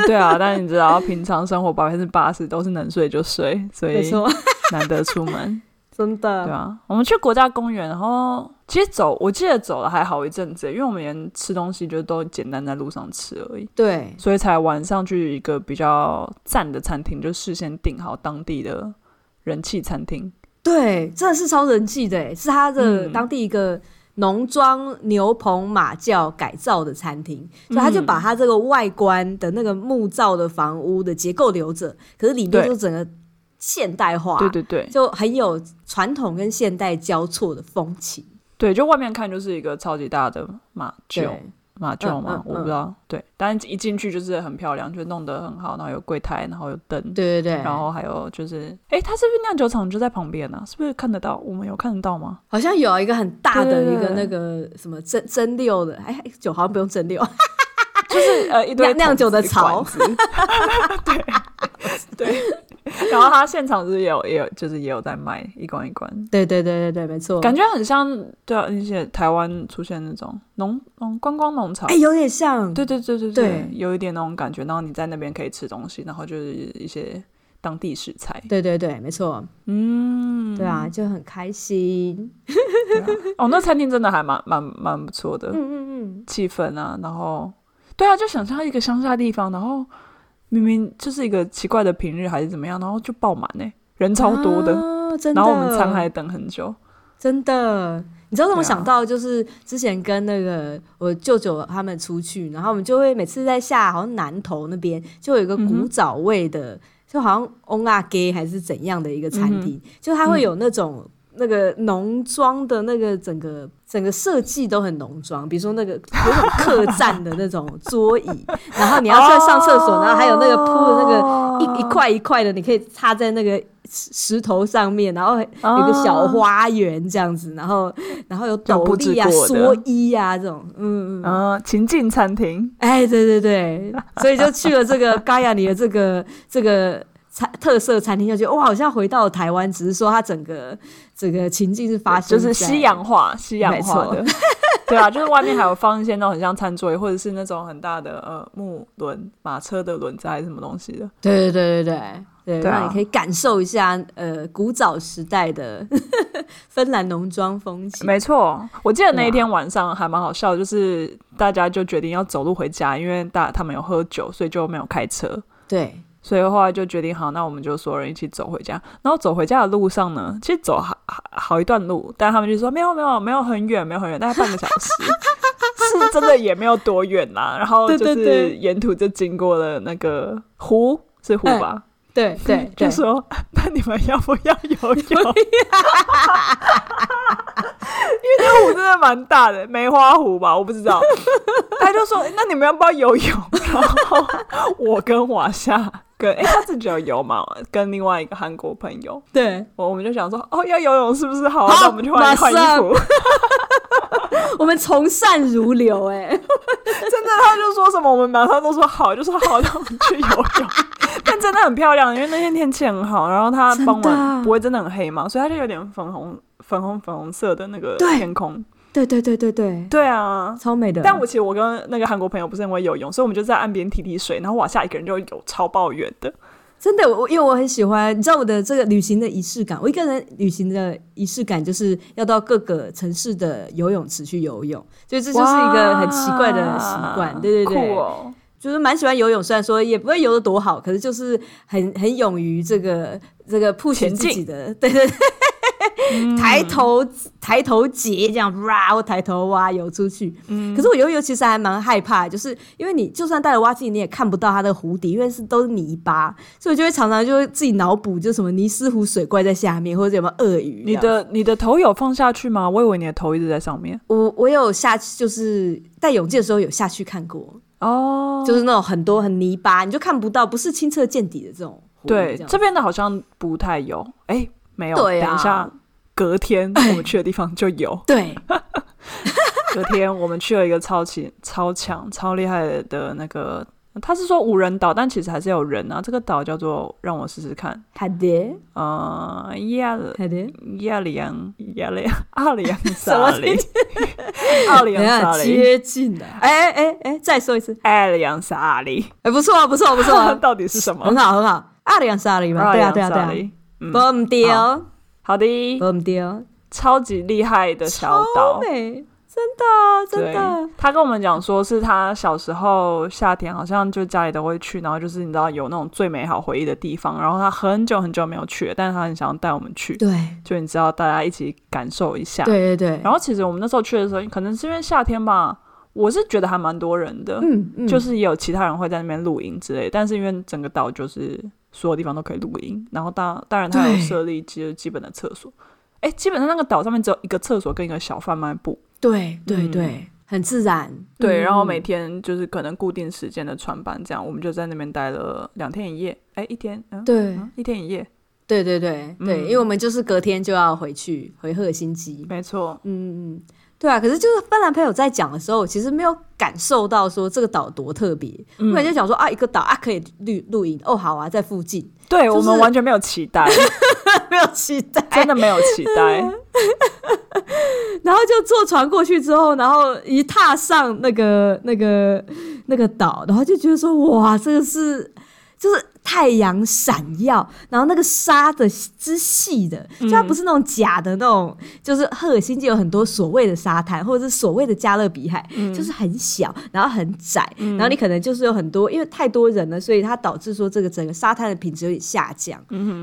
S2: 对啊，但你知道平常生活百分之八十都是能睡就睡，所
S1: 没
S2: 以
S1: 错，嗯
S2: 难得出门。
S1: 真的。
S2: 对啊，我们去国家公园，然后其实走，我记得走了还好一阵子，因为我们连吃东西就都简单在路上吃而已，
S1: 对
S2: 所以才晚上去一个比较赞的餐厅，就事先订好当地的人气餐厅。
S1: 对，真的是超人气的耶，是他的
S2: 嗯
S1: 当地一个农庄牛棚马厩改造的餐厅，所以他就把他这个外观的那个木造的房屋的结构留着，可是里面
S2: 对
S1: 就整个现代化，
S2: 对对对
S1: 就很有传统跟现代交错的风情。
S2: 对，就外面看就是一个超级大的马厩，
S1: 对，
S2: 马厩嘛，
S1: 嗯嗯
S2: 我不知道。对，但一进去就是很漂亮，就弄得很好，然后有柜台，然后有灯。
S1: 对对对，
S2: 然后还有就是，哎，它是不是酿酒厂就在旁边呢、啊？是不是看得到？我们有看得到 吗？
S1: 好像有一个很大的
S2: 对对
S1: 一个
S2: 对
S1: 那个什么蒸蒸馏的，哎，酒好像不用蒸馏，
S2: 就是呃一堆
S1: 酿酿酒的槽
S2: 桶子管子 对对。然后他现场是也有也有就是也有在卖一罐一罐，
S1: 对对对对对，没错，
S2: 感觉很像对啊，一些台湾出现那种农嗯观光农场。
S1: 哎有点像，
S2: 对对对对
S1: 对
S2: 有一点那种感觉，然后你在那边可以吃东西，然后就是一些当地食材。
S1: 对对对，没错，
S2: 嗯，
S1: 对啊，就很开心。
S2: 对啊哦，那餐厅真的还蛮蛮蛮不错的。
S1: 嗯嗯嗯
S2: 气氛啊，然后对啊，就想象一个乡下地方，然后明明就是一个奇怪的平日还是怎么样，然后就爆满呢、人
S1: 嗯，
S2: 超多的，
S1: 啊真的。
S2: 然后我们餐还等很久，
S1: 真的，你知道让我
S2: 对啊
S1: 想到就是之前跟那个我舅舅他们出去，然后我们就会每次在下好像南头那边就有一个古早味
S2: 嗯
S1: 的，就好像 on a gay 还是怎样的一个餐厅，就它会有那
S2: 嗯
S1: 种。那个农庄的那个整个整个设计都很农庄，比如说那个有种客栈的那种桌椅，然后你要去上厕所，然后还有那个铺的那个
S2: 哦
S1: 一一块一块的，你可以插在那个石石头上面，然后
S2: 哦
S1: 有个小花园这样子，然后然后有斗笠啊、
S2: 像布置
S1: 蓑
S2: 过的
S1: 衣啊这种，嗯嗯，
S2: 嗯、情境餐厅，
S1: 哎，对对对，所以就去了这个嘎亚里的这个这个餐特色餐厅，就觉得哇，好像回到了台湾，只是说它整个整个情境是发生
S2: 就
S1: 在
S2: 是西洋化西洋化的
S1: 没，
S2: 对啊，就是外面还有放一些那种很像餐桌椅，或者是那种很大的呃木轮马车的轮子还是什么东西的，
S1: 对对对对对对，
S2: 对啊
S1: 让你可以感受一下呃古早时代的 芬兰农庄风情。
S2: 没错，我记得那
S1: 对啊
S2: 一天晚上还蛮好笑的，就是大家就决定要走路回家，因为大他们有喝酒，所以就没有开车，
S1: 对，
S2: 所以后来就决定好，那我们就所有人一起走回家。然后走回家的路上呢，其实走好好好一段路，但他们就说没有没有没有很远，没有很远，大概半个 小时，是真的也没有多远啦。然后
S1: 对
S2: 就
S1: 对
S2: 是
S1: 对
S2: 沿途就经过了那个湖，是湖吧？
S1: 对 对对
S2: 嗯就，说那你们要不要游泳？ 因为那个湖真的蛮大的，梅花湖吧，我不 知道。 他就说那你们要不要游泳？然后我跟瓦夏跟哎、他自己有游嘛，跟另外一个韩国朋友，
S1: 对，
S2: 我我们就想说哦要游泳是不是好啊？
S1: 好
S2: 那我们去换
S1: 马
S2: 换衣
S1: 上
S2: 服。
S1: 我们从善如流、哎，
S2: 真的，他就说什么我们马上都说好，就说好，那我们去游 泳。但真的很漂亮，因为那天天气很好，然后它
S1: 真的
S2: 傍晚不会真的很黑嘛，所以它就有点粉红、粉红、粉红色的那个
S1: 对
S2: 天空。
S1: 对对对对对，
S2: 对啊，
S1: 超美的。
S2: 但我其实我跟那个韩国朋友不是很会游泳，所以我们就在岸边提提水，然后往下一个人就游超抱远的。
S1: 真的，我因为我很喜欢，你知道我的这个旅行的仪式感。我一个人旅行的仪式感就是要到各个城市的游泳池去游泳，所以这就是一个很奇怪的习惯
S2: 哇。
S1: 对对对，
S2: 酷哦，
S1: 就是蛮喜欢游泳，虽然说也不会游得多好，可是就是很很勇于这个这个 push
S2: 前
S1: 自
S2: 进嗯
S1: 己的，对对对，抬头抬头节这样哇，或抬头蛙游出去。
S2: 嗯
S1: 可是我游游其实还蛮害怕，就是因为你就算戴了蛙镜，你也看不到它的湖底，因为是都是泥巴，所以我就会常常就会自己脑补，就什么尼斯湖水怪在下面，或者有没有鳄鱼这
S2: 你
S1: 样。
S2: 的你的头有放下去吗？我以为你的头一直在上面。
S1: 我我有下去，就是戴泳镜的时候有下去看过，
S2: 哦，
S1: 就是那种很多很泥巴，你就看不到，不是清澈见底的这种湖。
S2: 对，
S1: 这样
S2: 这边的好像不太有，哎，没有。
S1: 对啊
S2: 等一下，隔天我们去的地方就有。
S1: 对，
S2: 隔天我们去了一个超级超强、超厉害的那个，他是说无人岛，但其实还是有人啊。这个岛叫做，让我试试看，
S1: 海蝶，
S2: 呃，亚
S1: 海 蝶，
S2: 亚里昂亚里昂 阿里昂
S1: 什么
S2: 萨雷， 阿里
S1: 等一
S2: 昂
S1: 下
S2: 萨雷，
S1: 哎接近的，哎哎哎哎，再说一次，
S2: 阿里昂萨雷，
S1: 哎，不错啊，不错啊，不 错啊，
S2: 到底是什么
S1: 很？好很好，阿里昂沙里嘛，对啊对啊对
S2: 阿里昂萨
S1: 啊，
S2: 雷嗯
S1: 不唔丢，
S2: 好的，
S1: 不唔丢，
S2: 超级厉害的小岛
S1: 超，美，真的啊真
S2: 对
S1: 的，，
S2: 他跟我们讲说，是他小时候夏天好像就家里都会去，然后就是你知道有那种最美好回忆的地方，然后他很久很久没有去了，但是他很想要带我们去，
S1: 对
S2: 就你知道大家一起感受一下。
S1: 对对对，
S2: 然后其实我们那时候去的时候，可能是因为夏天吧，我是觉得还蛮多人的，
S1: 嗯嗯，
S2: 就是也有其他人会在那边露营之类，但是因为整个岛就是所有地方都可以露营，然后当当然它有
S1: 对
S2: 设立基基本的厕所，哎，基本上那个岛上面只有一个厕所跟一个小贩卖部。
S1: 对对
S2: 嗯
S1: 对，很自然，
S2: 对，然后
S1: 嗯
S2: 每天就是可能固定时间的船班，这样我们就在那边待了两天一夜，哎，一天，嗯，
S1: 对
S2: 嗯一天一夜，
S1: 对对对对，
S2: 嗯
S1: 因为我们就是隔天就要回去回赫辛基，
S2: 没错，
S1: 嗯，嗯，对啊，可是就是芬兰朋友在讲的时候，我其实没有感受到说这个岛多特别，
S2: 嗯
S1: 我感觉讲说啊，一个岛啊可以露露营，哦好啊，在附近，
S2: 对、
S1: 就是
S2: 我们完全没有期待，
S1: 没有期待，
S2: 真的没有期 待，
S1: 然后就坐船过去之后，然后一踏上那个那个那个岛，然后就觉得说哇，这个是就是太阳闪耀，然后那个沙的之细的，就它不是那种假的那种，就是赫尔辛基有很多所谓的沙滩，或者是所谓的加勒比海，就是很小，然后很窄，然后你可能就是有很多，因为太多人了，所以它导致说这个整个沙滩的品质有点下降。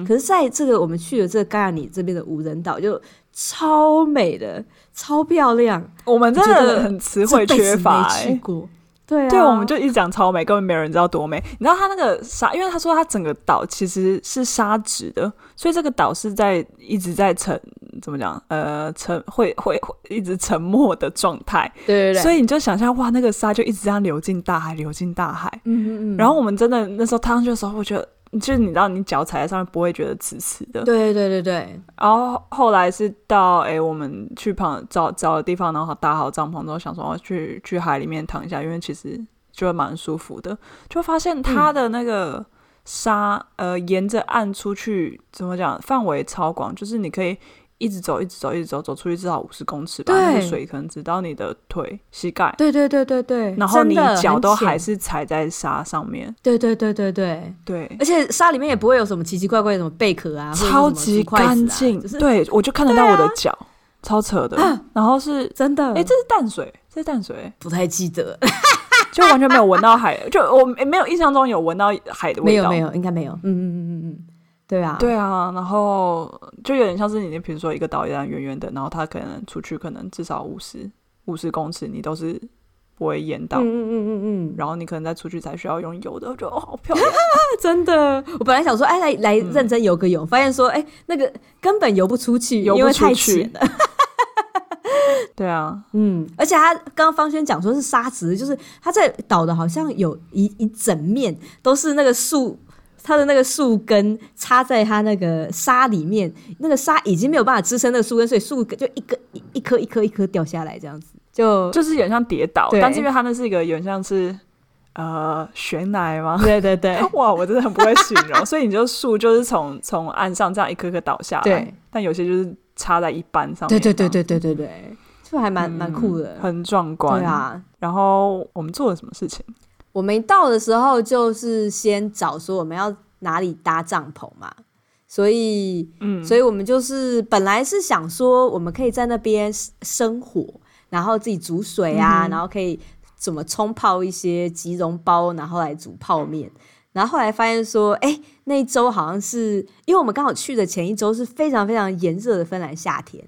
S1: 可是在这个我们去了这个盖亚尼这边的无人岛就。超美的，超漂亮，
S2: 我们真
S1: 我觉
S2: 的
S1: 得
S2: 很词汇
S1: 这辈子
S2: 缺乏、
S1: 没去
S2: 哎。
S1: 过，对啊，
S2: 对，我们就一直讲超美，根本没有人知道多美。你知道它那个沙，因为他说它整个岛其实是沙质的，所以这个岛是在一直在沉，怎么讲？呃，沉会会会一直沉没的状态。
S1: 对对对，
S2: 所
S1: 以
S2: 以你就想象哇，那个沙就一直这样流进大海，流进大海。
S1: 嗯嗯嗯，
S2: 然后我们真的那时候踏上去的时候，我觉得就是你知道，你脚踩在上面不会觉得刺刺的。
S1: 对对对对
S2: 然后后来是到诶，我们去旁找找的地方，然后搭好帐篷之后，想说哦去去海里面躺一下，因为其实就会蛮舒服的。就发现它的那个沙，呃，沿着岸出去，怎么讲，范围超广，就是你可以一直走，一直走，一直走，走出去至少五十公尺吧，
S1: 对
S2: 那个水可能只到你的腿、膝盖，
S1: 对对对对对，
S2: 然后你
S1: 真的很
S2: 脚都还
S1: 浅
S2: 是踩在沙上面，
S1: 对对对对对，
S2: 对。
S1: 而且沙里面也不会有什么奇奇怪怪的什么贝壳啊，或者是什
S2: 超
S1: 么
S2: 级
S1: 竹筷子啊
S2: 干净，
S1: 就是
S2: 对啊我就看得到我的脚，超扯的。然后是，
S1: 真的，
S2: 哎、这是淡水，这是淡水，
S1: 不太记得，
S2: 就完全没有闻到海，就我没有印象中有闻到海的
S1: 没
S2: 味
S1: 有
S2: 道。
S1: 没有，应该没有，嗯嗯嗯嗯嗯，对啊，
S2: 对啊，然后就有点像是你，比如说一个岛一样圆圆的，然后它可能出去可能至少五十五十公尺，你都是不会淹到。
S1: 嗯嗯嗯嗯嗯，
S2: 然后你可能再出去才需要用油的，我觉得哦好漂亮，
S1: 真的，我本来想说，哎，来来认真游个泳，发现说，哎，那个根本游不出去，
S2: 游
S1: 因
S2: 不
S1: 为
S2: 出
S1: 太
S2: 去
S1: 浅了。
S2: 对啊，
S1: 嗯，而且他刚刚方轩讲说是沙子，就是他在岛的好像有一一整面都是那个树它的那个树根插在它那个沙里面，那个沙已经没有办法支撑那个树根，所以树根就一个一一颗一颗一颗掉下来，这样子就
S2: 就是有点像跌倒，
S1: 对
S2: 但是因为它那是一个有点像是呃悬崖吗？
S1: 对对对
S2: 哇，我真的很不会形 容，所以你就树就是从从岸上这样一颗颗倒下来
S1: 对，
S2: 但有些就是插在一般上
S1: 对
S2: 面，
S1: 对对，对对对对，就还蛮蛮酷的，
S2: 很壮观
S1: 对。啊。
S2: 然后我们做了什么事 情？
S1: 我们一到的时候，就是先找说我们要哪里搭帐篷嘛，所以，
S2: 嗯
S1: 所以我们就是本来是想说，我们可以在那边生火，然后自己煮水啊，然后可以怎么冲泡一些吉绒包，然后来煮泡面。然后后来发现说，哎、那一周好像是因为我们刚好去的前一周是非常非常炎热的芬兰夏天，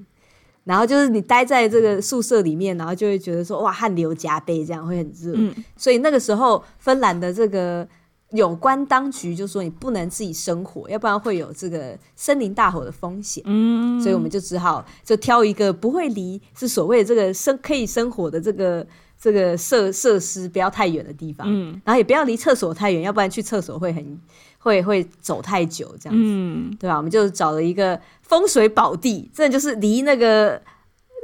S1: 然后就是你待在这个宿舍里面，然后就会觉得说，哇，汗流浃背，这样会很热。
S2: 嗯
S1: 所以那个时候芬兰的这个有关当局就说你不能自己生火，要不然会有这个森林大火的风险。
S2: 嗯，
S1: 所以我们就只好就挑一个不会离是所谓的这个生可以生火的这个这个设设施不要太远的地方，
S2: 嗯
S1: 然后也不要离厕所太远，要不然去厕所会很会会走太久这样子，
S2: 嗯，
S1: 对吧？啊我们就找了一个风水宝地，真的就是离那个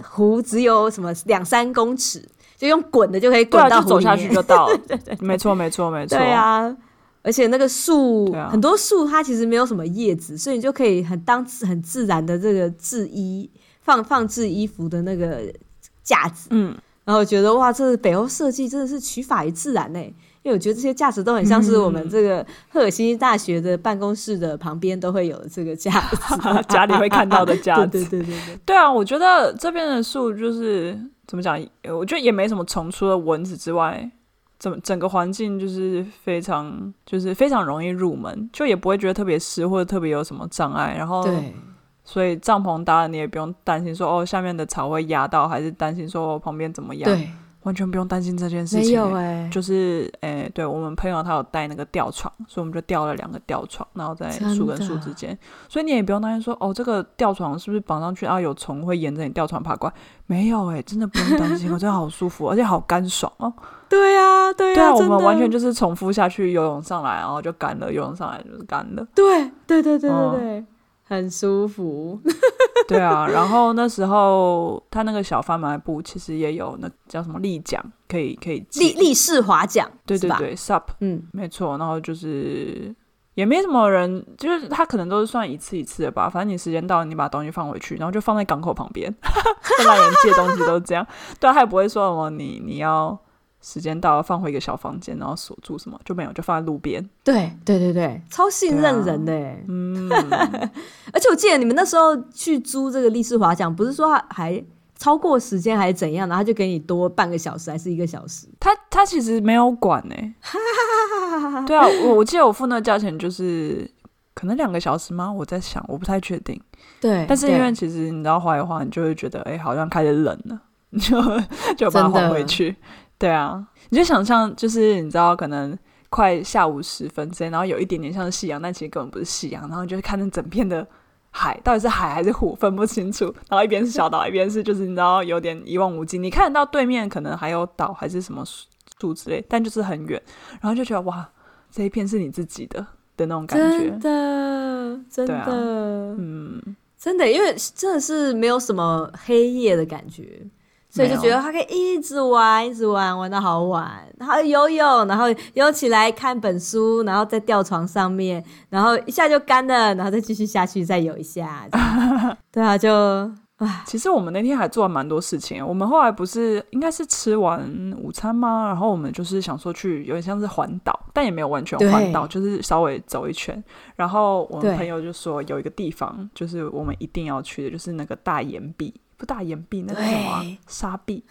S1: 湖只有什么两三公尺，就用滚的就可以
S2: 对
S1: 滚
S2: 啊，
S1: 到
S2: 就
S1: 湖
S2: 走
S1: 里
S2: 下
S1: 面
S2: 去。就 到了，没错没错没错，
S1: 对啊，而且那个树、
S2: 对啊
S1: 很多树它其实没有什么叶子，所以你就可以很当自很自然的这个制衣放放置衣服的那个架子，
S2: 嗯，
S1: 然后觉得哇，这北欧设计真的是取法于自然呢、因为我觉得这些架子都很像是我们这
S2: 嗯
S1: 个赫尔辛基大学的办公室的旁边都会有这个架子
S2: ，家里会看到的 架子
S1: 对对对对对，
S2: 对啊，我觉得这边的树就是怎么讲，呃我觉得也没什么虫，除了蚊子之外，整整个环境就是非常就是非常容易入门，就也不会觉得特别湿或者特别有什么障碍。然后，
S1: 对
S2: 所以帐篷搭了，你也不用担心说哦下面的草会压到，还是担心说、哦、旁边怎么样，
S1: 对，
S2: 完全不用担心这件事
S1: 没
S2: 情。
S1: 有
S2: 欸
S1: 哎、
S2: 就是诶、对我们朋友他有带那个吊床，所以我们就吊了两个吊床，然后在
S1: 真的
S2: 树跟树之间，所以你也不用担心说哦，这个吊床是不是绑上去啊有虫会沿着你吊床爬过来？没有诶、真的不用担心， 我真的好舒服，而且好干爽哦。
S1: 对啊对
S2: 对
S1: 啊，
S2: 啊，我们
S1: 真的
S2: 完全就是重复下去，游泳上来，然后就干了，游泳上来就是干了。
S1: 对对对对
S2: 嗯
S1: 对对，很舒服，
S2: 对啊，然后那时候他那个小贩卖部其实也有那叫什么立桨，可以可以借
S1: 立立式划桨，
S2: 对
S1: 是
S2: 对
S1: 吧，
S2: 对，SUP
S1: 嗯，
S2: 没错，然后就是也没什么人，就是他可能都是算一次一次的吧。反正你时间到了，你把东西放回去，然后就放在港口旁边。 现在人借东西都这样，对啊，他也不会说什么你你要时间到了放回一个小房间，然后锁住什么就没有，就放在路边。
S1: 对对对对，超信任人的欸、
S2: 嗯，
S1: 而且我记得你们那时候去租这个立式划桨，不是说还还超过时间还是怎样，然后他就给你多半个小时还是一个小时，
S2: 他他其实没有管呢、对啊，我我记得我付那个价钱就是。可能两个小时吗？我在想，我不太确定。
S1: 对
S2: 但是因为
S1: 对
S2: 其实你知道滑一滑，你就会觉得哎、诶好像开始冷了， 你就就把它
S1: 真的
S2: 还回去。对啊，你就想象就是你知道可能快下午时分之类，然后有一点点像是夕阳，但其实根本不是夕阳，然后你就会看着整片的。海到底是海还是湖，分不清楚。然后一边是小岛，一边是就是你知道有点一望无际。你看得到对面可能还有岛还是什么树之类，但就是很远。然后就觉得哇，这一片是你自己的的那种感
S1: 真。
S2: 觉
S1: 的真
S2: 对啊
S1: 的、
S2: 嗯，
S1: 真的，因为真的是没有什么黑夜的感觉。所以就觉
S2: 没有
S1: 得他可以一直玩，一直玩，玩到好晚，然后游泳，然后游起来看本书，然后在吊床上面，然后一下就干了，然后再继续下去，再游一下。 这样对啊，就
S2: 其实我们那天还做了蛮多事情。我们后来不是应该是吃完午餐吗？然后我们就是想说去有点像是环岛，但也没有完全
S1: 对
S2: 环岛，就是稍微走一圈。然后我们
S1: 对
S2: 朋友就说有一个地方就是我们一定要去的，就是那个大岩壁，不大岩壁，那个叫什么啊
S1: 对
S2: 沙壁，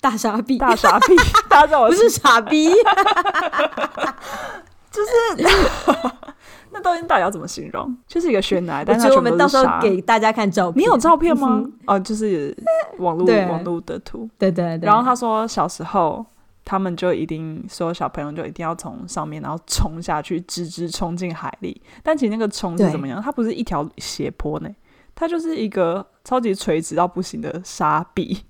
S1: 大傻逼，
S2: 大沙壁， 大家知道我
S1: 不
S2: 是
S1: 是傻逼，
S2: 那东西到底要怎么形容？就是一个悬崖，
S1: 我
S2: 但
S1: 觉得
S2: 是它
S1: 我
S2: 全部
S1: 们
S2: 都
S1: 到
S2: 是
S1: 时候
S2: 沙。
S1: 给大家看照片。
S2: 你有照片吗
S1: 嗯？
S2: 哦，就是网络
S1: 对
S2: 网络的图。
S1: 对对对，
S2: 然后他说，小时候他们就一定说，小朋友就一定要从上面然后冲下去，直直冲进海里。但其实那个冲是
S1: 对
S2: 怎么样？它不是一条斜坡呢，它就是一个超级垂直到不行的沙壁。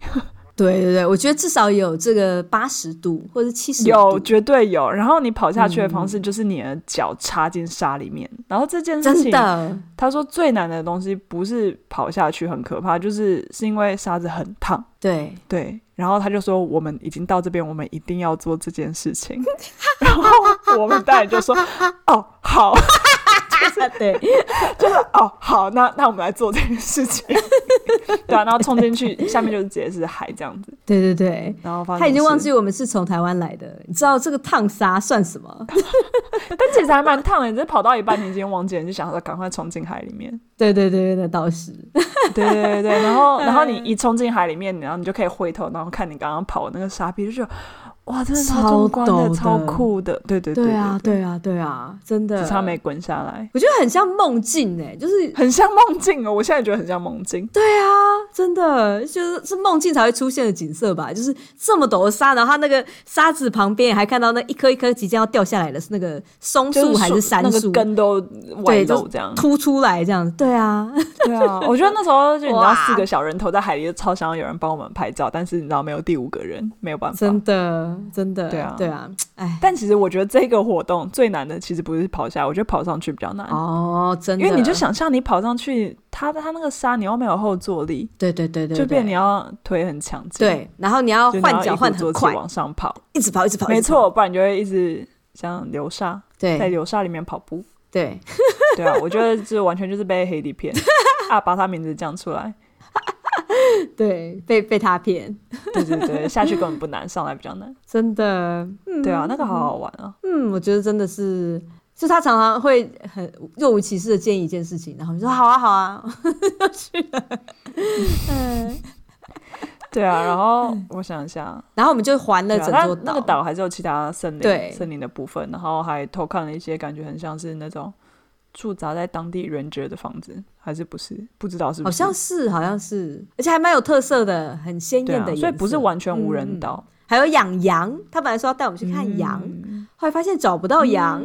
S1: 对对对，我觉得至少有这个八十度或者七十度，
S2: 有，绝对有。然后你跑下去的方式就是你的脚插进沙里面。然后这件事
S1: 真
S2: 情，
S1: 的
S2: 他说最难的东西不是跑下去很可怕，就是是因为沙子很烫。
S1: 对，
S2: 对，然后他就说我们已经到这边，我们一定要做这件事情。 然后我们当然就说哦好，
S1: 对，
S2: 就是哦好，那那我们来做这件事情。 对啊，然后冲进去，下面就是直接是海这样子。
S1: 对对对。
S2: 然后发现
S1: 他已经忘记我们是从台湾来的，你知道这个烫沙算什么？
S2: 但其实还蛮烫的，你只是跑到一半，你已经忘记了，你就想说赶快冲进海里面。
S1: 对对对对，那倒是，
S2: 对对对对，然 后然后你一冲进海里面，然后你就可以回头，然后看你刚刚跑的那个沙壁，就觉得哇，真的超壮观
S1: 超陡
S2: 的，
S1: 的
S2: 超酷的。对对
S1: 对
S2: 对
S1: 啊，，对啊，对啊，真的
S2: 只，差没滚下来，
S1: 我觉得很像梦境哎、就是
S2: 很像梦境哦。我现在觉得很像梦境，
S1: 对啊，真的就是是梦境才会出现的景色吧？就是这么陡的沙，然后它那个沙子旁边还看到那一颗一颗即将要掉下来的是那个松
S2: 就
S1: 树还是
S2: 那
S1: 杉
S2: 个
S1: 树，
S2: 根都外
S1: 对，就
S2: 露
S1: 是
S2: 这样。
S1: 凸出来这样。对啊，
S2: 对啊， 我觉得那时候就你知道
S1: 哇
S2: 四个小人头在海里，就超想要有人帮我们拍照，但是你知道没有第五个人，没有办法。
S1: 真的真的，
S2: 对啊
S1: 对啊，哎，
S2: 但其实我觉得这个活动最难的其实不是跑下来，我觉得跑上去比较难。
S1: 哦，真的，
S2: 因为你就想象你跑上去，它它那个沙你又没有后坐力，
S1: 对对对对，
S2: 就变你
S1: 对
S2: 要腿很强劲，
S1: 对，然后你要
S2: 就你要
S1: 换脚
S2: 一鼓
S1: 换得
S2: 作
S1: 很
S2: 气
S1: 快，
S2: 往上跑，
S1: 一直跑一直跑，
S2: 没
S1: 一直跑，
S2: 错，不然你就会一直像流沙，在
S1: 对
S2: 流沙里面跑步。
S1: 对，
S2: 对啊，我觉得这完全就是被黑底骗啊，把他名字讲出来。
S1: 对，被被他骗，
S2: 对对对，下去根本不难，上来比较难。
S1: 真的，嗯
S2: 对啊，那个好好玩啊。
S1: 嗯，我觉得真的是，就他常常会很若无其事的建议一件事情，然后
S2: 嗯
S1: 你说好啊好啊，
S2: 对啊，然后我想一下，
S1: 然后我们就环了
S2: 对
S1: 嗯整
S2: 啊
S1: 座
S2: 那那个岛还是有其他森
S1: 对
S2: 林森林的部分，然后还偷看了一些感觉很像是那种驻扎在当地人觉的房子，还是不是？不知道是不
S1: 好
S2: 是？
S1: 像是好像是，而且还蛮有特色的，很鲜
S2: 对
S1: 艳
S2: 啊
S1: 的、，
S2: 所以不是。完全无
S1: 嗯
S2: 人岛。
S1: 还有养羊，他本来说要带我们去
S2: 嗯
S1: 看羊，后来发现找不到羊，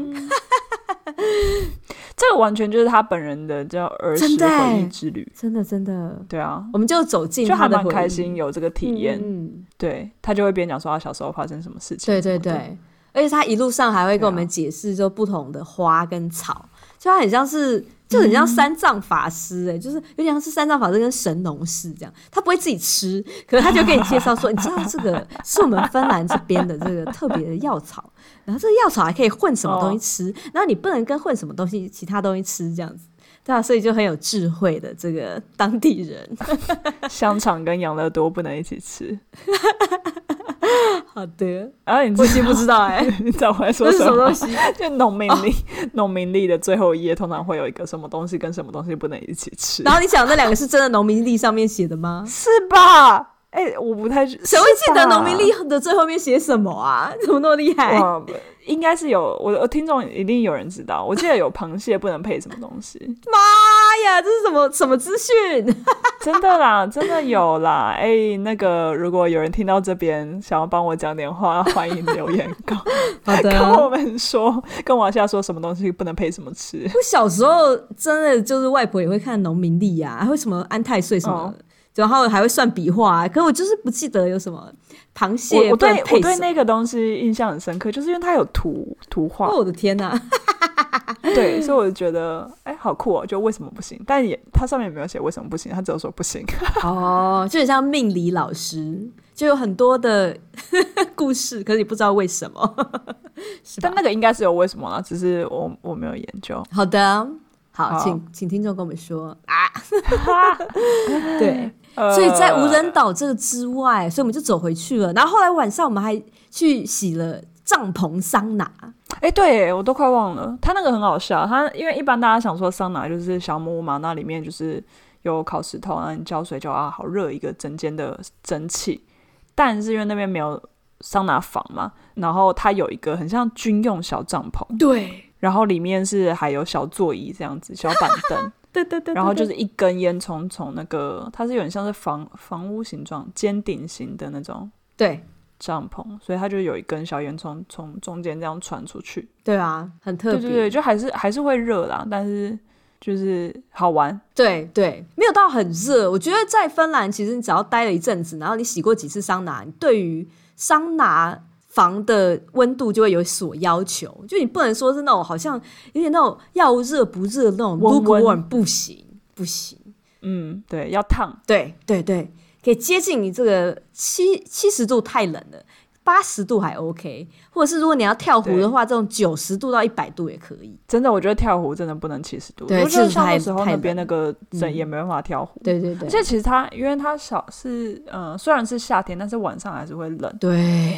S2: 这个完全就是他本人的叫儿时
S1: 真的
S2: 回忆
S1: 欸
S2: 之旅。
S1: 真的真的，
S2: 对啊，
S1: 我们就走进
S2: 就还
S1: 他的
S2: 蛮
S1: 回忆
S2: 开心有这个体验。
S1: 嗯嗯
S2: 对他就会边讲说他小时候发生什么事情。
S1: 对对对，而且他一路上还会
S2: 对
S1: 跟
S2: 啊
S1: 我们解释就不同的花跟草，就他很像是就很像三藏法师哎、就是有点像是三藏法师跟神农氏这样，他不会自己吃，可是他就给你介绍说，你知道这个是我们芬兰这边的这个特别的药草，然后这个药草还可以混什么东西吃，然后你不能跟混什么东西其他东西吃这样子。对啊，所以就很有智慧的这个当地人。
S2: 香肠跟养乐多不能一起吃。
S1: 好的，
S2: 然后你
S1: 我
S2: 知
S1: 已经不知道哎、
S2: 你知道我在说
S1: 这是
S2: 什
S1: 什么
S2: 么
S1: 东？西？
S2: 就农民历，
S1: 哦
S2: 农民历的最后一页通常会有一个什么东西跟什么东西不能一起吃，
S1: 然后你想那两个是真的农民历上面写的吗？
S2: 是吧？哎、我不太谁
S1: 谁会记得农民？历的最后面写什么啊？ 怎么那么厉害？
S2: 哇，应该是有我的听众一定有人知道。我记得有螃蟹不能配什么东西，
S1: 妈哎呀，这是什么什么资讯？
S2: 真的啦，真的有啦。哎、那个如果有人听到这边想要帮我讲点话，欢迎留言告
S1: 好
S2: 跟我，们说，跟王夏说什么东西不能配什么 吃。
S1: 我小时候真的就是外婆也会看农民历呀、啊，还会什么安太岁什么
S2: 哦
S1: 的。然后还会算笔画、啊，可我就是不记得有什么螃
S2: 我
S1: 蟹
S2: 我
S1: 不能
S2: 对我
S1: 配
S2: 对
S1: 什么。
S2: 那个东西印象很深刻，就是因为它有图图 画，
S1: 哦，我的天 哪、
S2: 对，所以我就觉得，哎，好酷哦！就为什么不行？但也它上面也没有写为什么不行，它只有说不行。
S1: 哦，就很像命理老师，就有很多的 故事，可是你不知道为什么。 是吧
S2: 但那个应该是有为什么啦，只是我我没有研究。
S1: 好的，好，
S2: 好
S1: 请请听众跟我们说啊。 对，
S2: 呃
S1: 所以在无人岛这个之外，所以我们就走回去了。然后后来晚上我们还去洗了帐篷桑拿，
S2: 哎，对我都快忘了，它那个很好笑。它因为一般大家想说桑拿就是小木屋嘛，那里面就是有烤石头，然后你浇水就啊好热一个整间的蒸汽。但是因为那边没有桑拿房嘛，然后它有一个很像军用小帐篷，
S1: 对
S2: 然后里面是还有小座椅这样子，小板凳。
S1: 对 对对，
S2: 然后就是是一根烟囱从那个，它是有点像是房房屋形状、尖顶型的那种
S1: 对
S2: 帐篷，所以它就有一根小烟囱从中间这样传出去。
S1: 对啊，很特
S2: 对
S1: 别，
S2: 对对，就还是还是会热啦，但是就是好玩。
S1: 对对，没有到很热。我觉得在芬兰，其实你只要待了一阵子，然后你洗过几次桑拿，你对于桑拿房的温度就会有所要求。就你不能说是那种好像有点那种要热不热那种
S2: 温温
S1: lukewarm，不行不行。
S2: 嗯，对，要烫。
S1: 对对对，可以接近你这个七七十度太冷了，八十度还 OK，或者是如果你要跳湖的话，这种九十度到一百度也可以。
S2: 真的，我觉得跳湖真的不能七十度。
S1: 对
S2: 我觉得
S1: 70
S2: 像
S1: 太
S2: 那时候
S1: 太
S2: 那
S1: 冷
S2: 边那个整
S1: 嗯
S2: 也没办法跳湖。
S1: 对对对
S2: 而，且其实它，因为它小是，呃，虽然是夏天，但是晚上还是会冷，
S1: 对，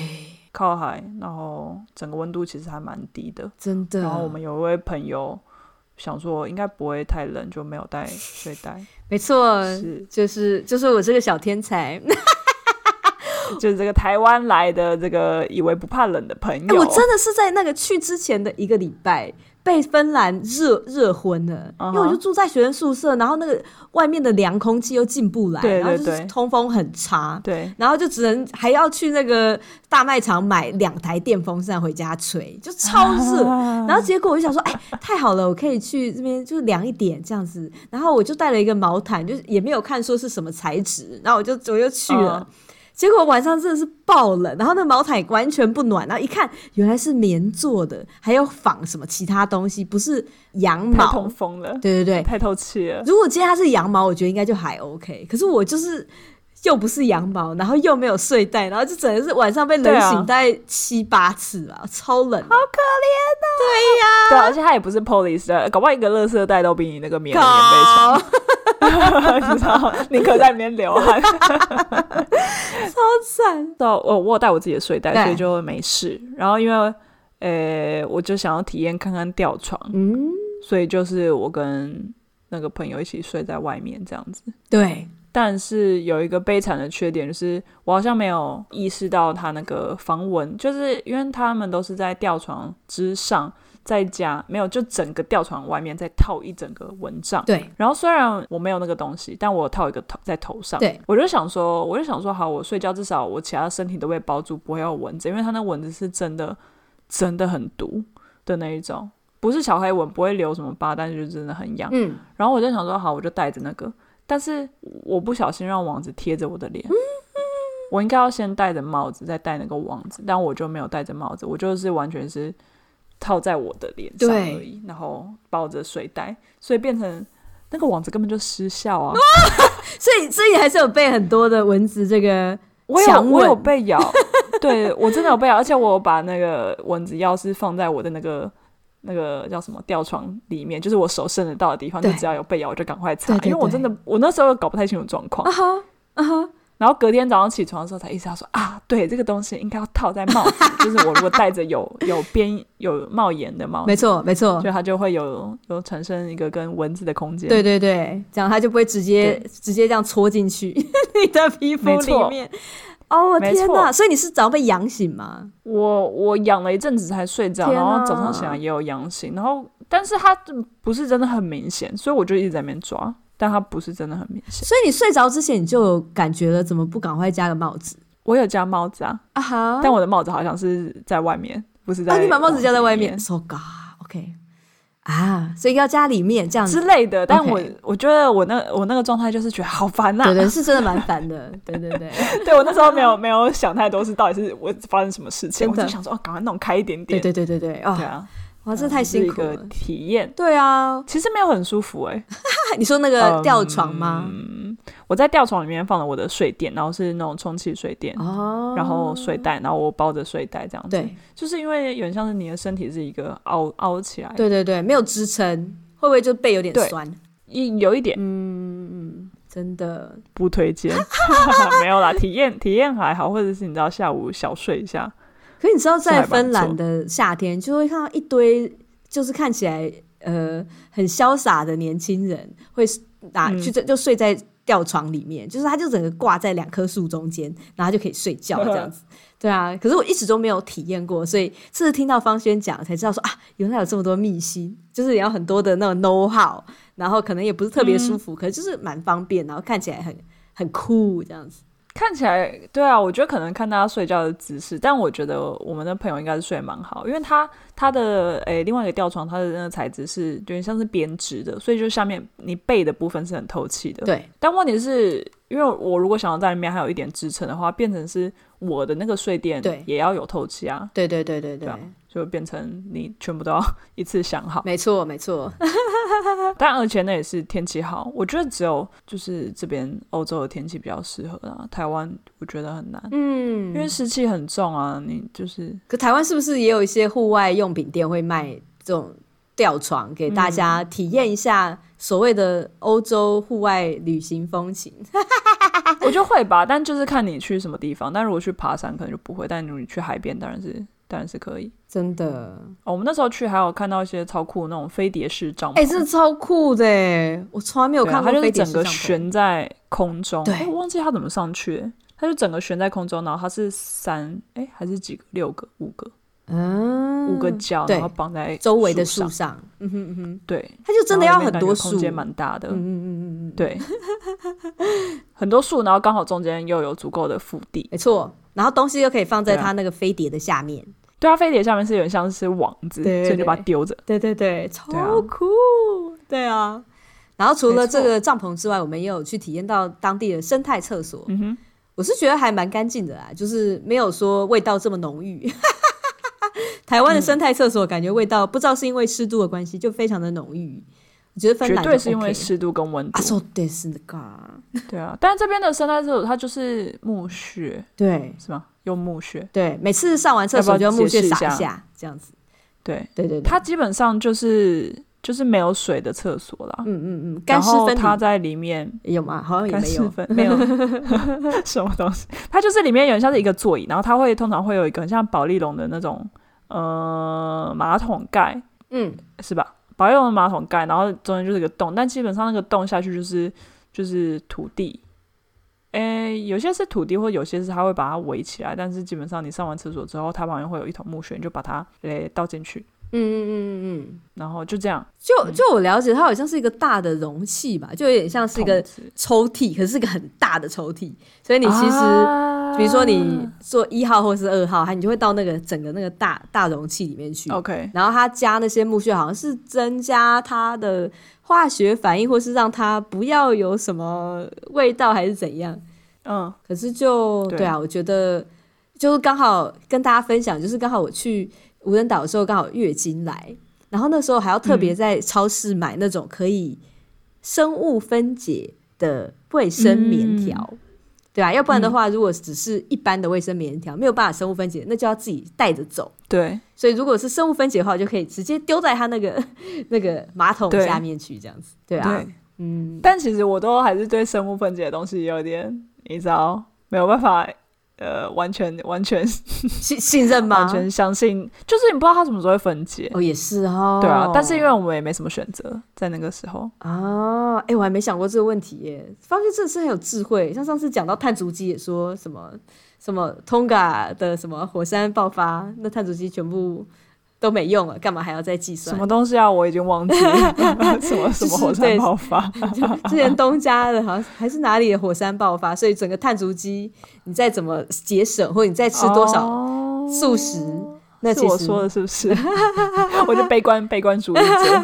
S2: 靠海，然后整个温度其实还蛮低的。
S1: 真的。
S2: 然后我们有一位朋友想说应该不会太冷，就没有带 睡袋，
S1: 没错，
S2: 是
S1: 就是就是我这个小天才，
S2: 就是这个台湾来的这个以为不怕冷的朋
S1: 哎、
S2: 友。
S1: 我真的是在那个去之前的一个礼拜被芬兰热热昏了
S2: 嗯
S1: 因
S2: 哼
S1: 为我就住在学生宿舍，然后那个外面的凉空气又进不来
S2: 对对
S1: 然后就
S2: 对
S1: 是通风很差，
S2: 对
S1: 然后就只能还要去那个大卖场买两台电风扇回家吹，就超热。
S2: 啊
S1: 然后结果我就想说，哎、太好了，我可以去这边就凉一点这样子。然后我就带了一个毛毯，就是也没有看说是什么材质，然后我就我就去了。
S2: 嗯
S1: 结果晚上真的是爆冷，然后那毛毯也完全不暖，然后一看原来是棉做的，还有仿什么其他东西，不是羊
S2: 太
S1: 毛
S2: 通。风了，
S1: 对对对，
S2: 太透气了。
S1: 如果今天它是羊毛，我觉得应该就还 OK。可是我就是又不是羊毛，然后又没有睡袋，然后就整个是晚上被冷
S2: 对啊
S1: 醒大概七八次吧，超冷的。
S2: 对啊，而且它也不是 police 的，搞不好一个垃圾袋都比你那个棉的棉被强。
S1: 靠，
S2: 你知道，宁可在里面流 汗。
S1: 好惨！
S2: 到啊我我有带我自己的睡袋，
S1: 对
S2: 所以就没事。然后因为呃，我就想要体验看看吊床，
S1: 嗯，
S2: 所以就是我跟那个朋友一起睡在外面这样子。
S1: 对，
S2: 但是有一个悲惨的缺点，就是我好像没有意识到它那个防蚊，就是因为他们都是在吊床之上，在家没有就整个吊床外面再套一整个蚊帐。
S1: 对，
S2: 然后虽然我没有那个东西，但我有套一个头在头上。
S1: 对，
S2: 我就想说，我就想说，好，我睡觉至少我其他身体都被包住，不会有蚊子，因为它那蚊子是真的真的很毒的那一种，不是小黑蚊，不会留什么疤，但是就真的很痒。
S1: 嗯，
S2: 然后我就想说，好，我就带着那个，但是我不小心让网子贴着我的脸。 我应该要先戴着帽子，再戴那个网子，但我就没有戴着帽子，我就是完全是套在我的脸上
S1: 对
S2: 而已，然后包着睡袋，所以变成那个网子根本就失效啊！
S1: 所以所以还是有被很多的蚊子这个，
S2: 我有
S1: 强
S2: 我有
S1: 吻
S2: 被 咬，对我真的有被咬，而且我有把那个蚊子药是放在我的那个那个叫什么吊床里面，就是我手伸得到的地方，就
S1: 对
S2: 只要有被咬我就赶快擦，
S1: 对对
S2: 因为我
S1: 对
S2: 真的我那时候搞不太清楚状况，
S1: 啊哈啊哈，
S2: 然后隔天早上起床的时候才意识到说啊，对，这个东西应该要套在帽 子，就是我如果戴着有有边有帽檐的帽
S1: 没
S2: 子，
S1: 错没错
S2: 所，以它就会有有产生一个跟蚊子的空间。
S1: 对对对，这样它就不会直接直接这样戳进去你的皮肤
S2: 没
S1: 里
S2: 错
S1: 面。哦，我
S2: 没
S1: 天
S2: 错
S1: 哪！所以你是早上被痒醒吗？
S2: 我我养了一阵子才睡着，
S1: 天
S2: 然
S1: 啊
S2: 后早上醒来也有阳性，然后但是它不是真的很明显，所以我就一直在那边抓，但它不是真的很明显。
S1: 所以你睡着之前你就有感觉了，怎么不赶快加个帽子？
S2: 我有加帽子啊，
S1: 啊哈
S2: 但我的帽子好像是在外面，不是在
S1: 啊，你把帽子加在外
S2: 里
S1: 面，so god，OK，啊，所以要加里面这样
S2: 之
S1: 子，
S2: 类的。但我
S1: 嗯 OK
S2: 我觉得我那我那个状态就是觉得好烦呐、
S1: 对对，是真的蛮烦 的，对对对
S2: 对我那时候没有没有想太多，是到底是我发生什么事情，
S1: 真
S2: 我
S1: 的
S2: 就想说哦，赶快弄开一点
S1: 对
S2: 点。
S1: 对对对对，
S2: 对
S1: 哦，
S2: 啊，
S1: 哇，这太辛苦
S2: 是一个
S1: 了，
S2: 体验。
S1: 对啊，
S2: 其实没有很舒服哎、
S1: 啊你说那
S2: 嗯
S1: 个吊床吗？
S2: 我在吊床里面放了我的睡垫，然后是那种充气睡垫，
S1: 哦，
S2: 然后睡袋，然后我包着睡袋这样子。，
S1: 对
S2: 就是因为有点像是你的身体是一个凹凹起来，，
S1: 对对对，没有支撑，会不会就背有点
S2: 对
S1: 酸？
S2: 一有一点
S1: 嗯真的，
S2: 不推荐， 没有啦，体验体验还好，或者是你知道下午小睡一下，
S1: 可你知道，
S2: 还
S1: 在
S2: 蛮不
S1: 芬兰
S2: 错
S1: 的夏天，就会看到一堆就是看起来呃很潇洒的年轻人，会拿
S2: 嗯
S1: 去这就睡在吊床里面，就是他就整个挂在两棵树中间，然后就可以睡觉这 样子。对啊，可是我一直都没有体验过，所以这次听到方轩讲才知道说啊，原来有这么多秘辛，就是也有很多的那种 know how，然后可能也不是特别舒服，可是就是蛮方便，然后看起来很很酷这样子。
S2: 看起来对啊，我觉得可能看大家睡觉的姿势，但我觉得我们的朋友应该是睡得蛮好，因为他他的诶、另外一个吊床，它的那个材质是有点像是编织的，所以就下面你背的部分是很透气的。
S1: 对，
S2: 但问题是因为我如果想要在里面还有一点支撑的话，变成是我的那个睡垫
S1: 对
S2: 也要有透气啊，
S1: 对对对对
S2: 对
S1: 对，
S2: 啊就变成你全部都要 一次想好。
S1: 没错没错，
S2: 但而且那也是天气好，我觉得只有就是这边欧洲的天气比较适合啦，台湾我觉得很难。
S1: 嗯，
S2: 因为湿气很重啊，你就是
S1: 可台湾是不是也有一些户外用品店会卖这种吊床，给大家
S2: 嗯
S1: 体验一下所谓的欧洲户外旅行风情？啊
S2: 我就会吧，但就是看你去什么地方。但如果去爬山可能就不会，但如果你去海边当然是当然是可以。
S1: 真的，
S2: 哦，我们那时候去还有看到一些超酷的那种飞碟式帐篷，
S1: 哎、真的超酷的耶！我从来没有
S2: 对啊
S1: 看过
S2: 它就
S1: 飞
S2: 是
S1: 碟
S2: 整
S1: 式
S2: 个
S1: 帐篷。
S2: 悬在空中。
S1: 对
S2: 哎我忘记它怎么上去、欸它就整个悬在空中，然后它是三哎、还是几个六个五个、
S1: 嗯，
S2: 五个角，
S1: 对
S2: 然后绑在
S1: 周围的
S2: 树
S1: 树
S2: 上，
S1: 上，嗯哼嗯哼，
S2: 对，
S1: 它就真的
S2: 然
S1: 要
S2: 后里
S1: 很
S2: 面感觉
S1: 多树，
S2: 空间蛮大的，
S1: 嗯嗯嗯嗯嗯，
S2: 对，很多树，然后刚好中间又有足够的腹地，
S1: 没错。然后东西又可以放在
S2: 对啊
S1: 它那个飞碟的下面，
S2: 对啊，飞碟下面是有点像是网子，
S1: 对
S2: 所以就把它丢着。
S1: 对对对，
S2: 对啊
S1: 超酷，对啊。然后除了
S2: 没错
S1: 这个帐篷之外，我们也有去体验到当地的生态厕所，
S2: 嗯哼，
S1: 我是觉得还蛮干净的啦，就是没有说味道这么浓郁。 台
S2: 嗯
S1: 湾的生态厕所感觉味道不知道是因为湿度的关系，就非常的浓郁。我觉得芬
S2: 绝
S1: 兰
S2: 对
S1: 就是
S2: 因为
S1: OK
S2: 湿度跟温
S1: 啊，
S2: 度。
S1: 说对是那个，
S2: 对啊，但是这边的生态厕所它就是墓穴，
S1: 对
S2: 是吗？用墓穴。
S1: 对，每次上完厕所
S2: 要不
S1: 就
S2: 要
S1: 用木屑
S2: 解释一
S1: 撒
S2: 下
S1: 下，这样子。
S2: 对，
S1: 对对对，
S2: 它基本上就是就是没有水的厕所啦。
S1: 嗯嗯嗯，干
S2: 然
S1: 湿
S2: 后
S1: 分
S2: 它
S1: 离
S2: 在里面。
S1: 有吗？好像也
S2: 干
S1: 没
S2: 湿
S1: 有。
S2: 分 没有什么东西，它就是里面有点像是一个座椅，然后它会通常会有一个很像保丽龙的那种呃马桶盖，
S1: 嗯，
S2: 是吧？保用的马桶盖，然后中间就是一个洞，但基本上那个洞下去就是就是土地。诶，有些是土地，或有些是它会把它围起来，但是基本上你上完厕所之后，它旁边会有一桶木屑，你就把它诶倒进去，
S1: 嗯嗯嗯嗯嗯，
S2: 然后就这样。
S1: 就就我了解，它好像是一个大的容器吧，就有点像是一个
S2: 桶子
S1: 抽屉，可是是个很大的抽屉，所以你其实、
S2: 啊
S1: 比如说你做一号或是二号，它你就会到那个整个那个大大容器里面去。
S2: 啊 OK，
S1: 然后它加那些木屑，好像是增加它的化学反应，或是让它不要有什么味道，还是怎样。
S2: 嗯，
S1: 可是就
S2: 对
S1: 对啊，我觉得就是刚好跟大家分享，就是刚好我去无人岛的时候，刚好月经来，然后那时候还要特
S2: 嗯
S1: 别在超市买那种可以生物分解的卫生棉条。
S2: 嗯
S1: 对啊，要不然的话，如果只是一般的卫生棉条，没有办法生物分解，那就要自己带着走。
S2: 对，
S1: 所以如果是生物分解的话，我就可以直接丢在它那个 那个马桶
S2: 对
S1: 下面去，这样子。对啊，
S2: 对，
S1: 嗯，
S2: 但其实我都还是对生物分解的东西有点，你知道，没有办法，呃，完全完全
S1: 信信任
S2: 完
S1: 吗？
S2: 全相信，就是你不知道它什么时候会分解，
S1: 哦，也是哦。
S2: 对啊，但是因为我们也没什么选择，在那个时候，
S1: 哦，哎、我还没想过这个问题耶，发现真的是很有智慧。像上次讲到碳足迹，也说什么什么通嘎的什么火山爆发，那碳足迹全部都没用了，干嘛还要再计
S2: 什
S1: 算？
S2: 么东西啊，我已经忘 记了，什么什么火山
S1: 对
S2: 爆发，
S1: 之前东加的好像还是哪里的火山爆发，所以整个碳足迹你再怎么节省，或者你再吃多少
S2: 哦
S1: 素食， 那
S2: 是
S1: 其
S2: 我
S1: 实
S2: 说的，是不是？ 我就悲观悲观主义者，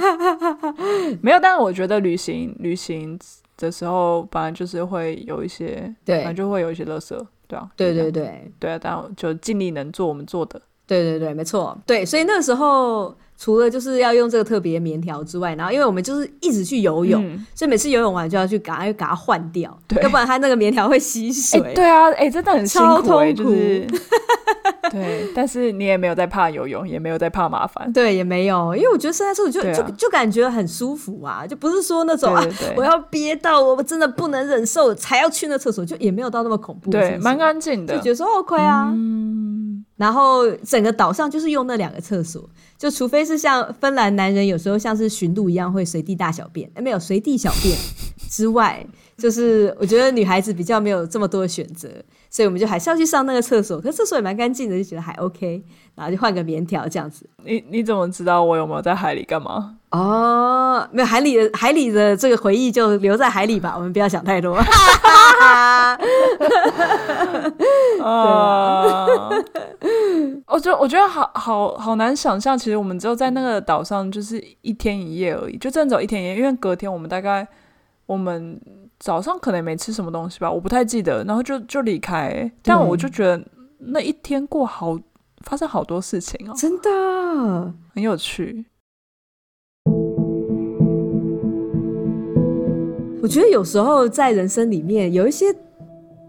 S2: 没有。但是我觉得旅行旅行的时候，本来就是会有一些，
S1: 对
S2: 本来就会有一些垃圾，对啊，
S1: 对
S2: 就这
S1: 对
S2: 样
S1: 对，
S2: 对啊，但我就尽力能做我们做的，
S1: 对对对，没错，对，所以那个时候除了就是要用这个特别棉条之外，然后因为我们就是一直去游泳，
S2: 嗯
S1: 所以每次游泳完就要去赶快给它换掉，
S2: 对
S1: 要不然它那个棉条会吸水。
S2: 哎、对啊，哎、真的很辛
S1: 超
S2: 苦、欸，
S1: 痛
S2: 就
S1: 苦
S2: 是 对，但是你也没有在怕游泳，也没有在怕麻烦，
S1: 对也没有，因为我觉得生态厕所就、
S2: 对啊
S1: 就就感觉很舒服啊，就不是说那种啊，
S2: 对对对，
S1: 我要憋到我真的不能忍受才要去那厕所，就也没有到那么恐怖。是
S2: 对
S1: 不是
S2: 蛮干净的
S1: 就觉，得说 OK 啊，
S2: 嗯，
S1: 然后整个岛上就是用那两个厕所，就除非是像芬兰男人有时候像是巡路一样会随地大小便，哎，没有随地小便， 之外，就是我觉得女孩子比较没有这么多的选择，所以我们就还是要去上那个厕所。可是厕所也蛮干净的，就觉得还 OK，然后就换个棉条这样子。
S2: 你你怎么知道我有没有在海里干嘛？
S1: 哦，没有海里的海里的这个回忆就留在海里吧，我们不要想太多。
S2: 啊，我觉得我觉得好好好难想象，其实我们只有在那个岛上就是一天一夜而已，就真的只有一天一夜，因为隔天我们大概我们早上可能也没吃什么东西吧，我不太记得，然后就就离开、
S1: 嗯
S2: 但我就觉得那一天过好发生好多事情哦，
S1: 真的，
S2: 很有趣。
S1: 我觉得有时候在人生里面有一些，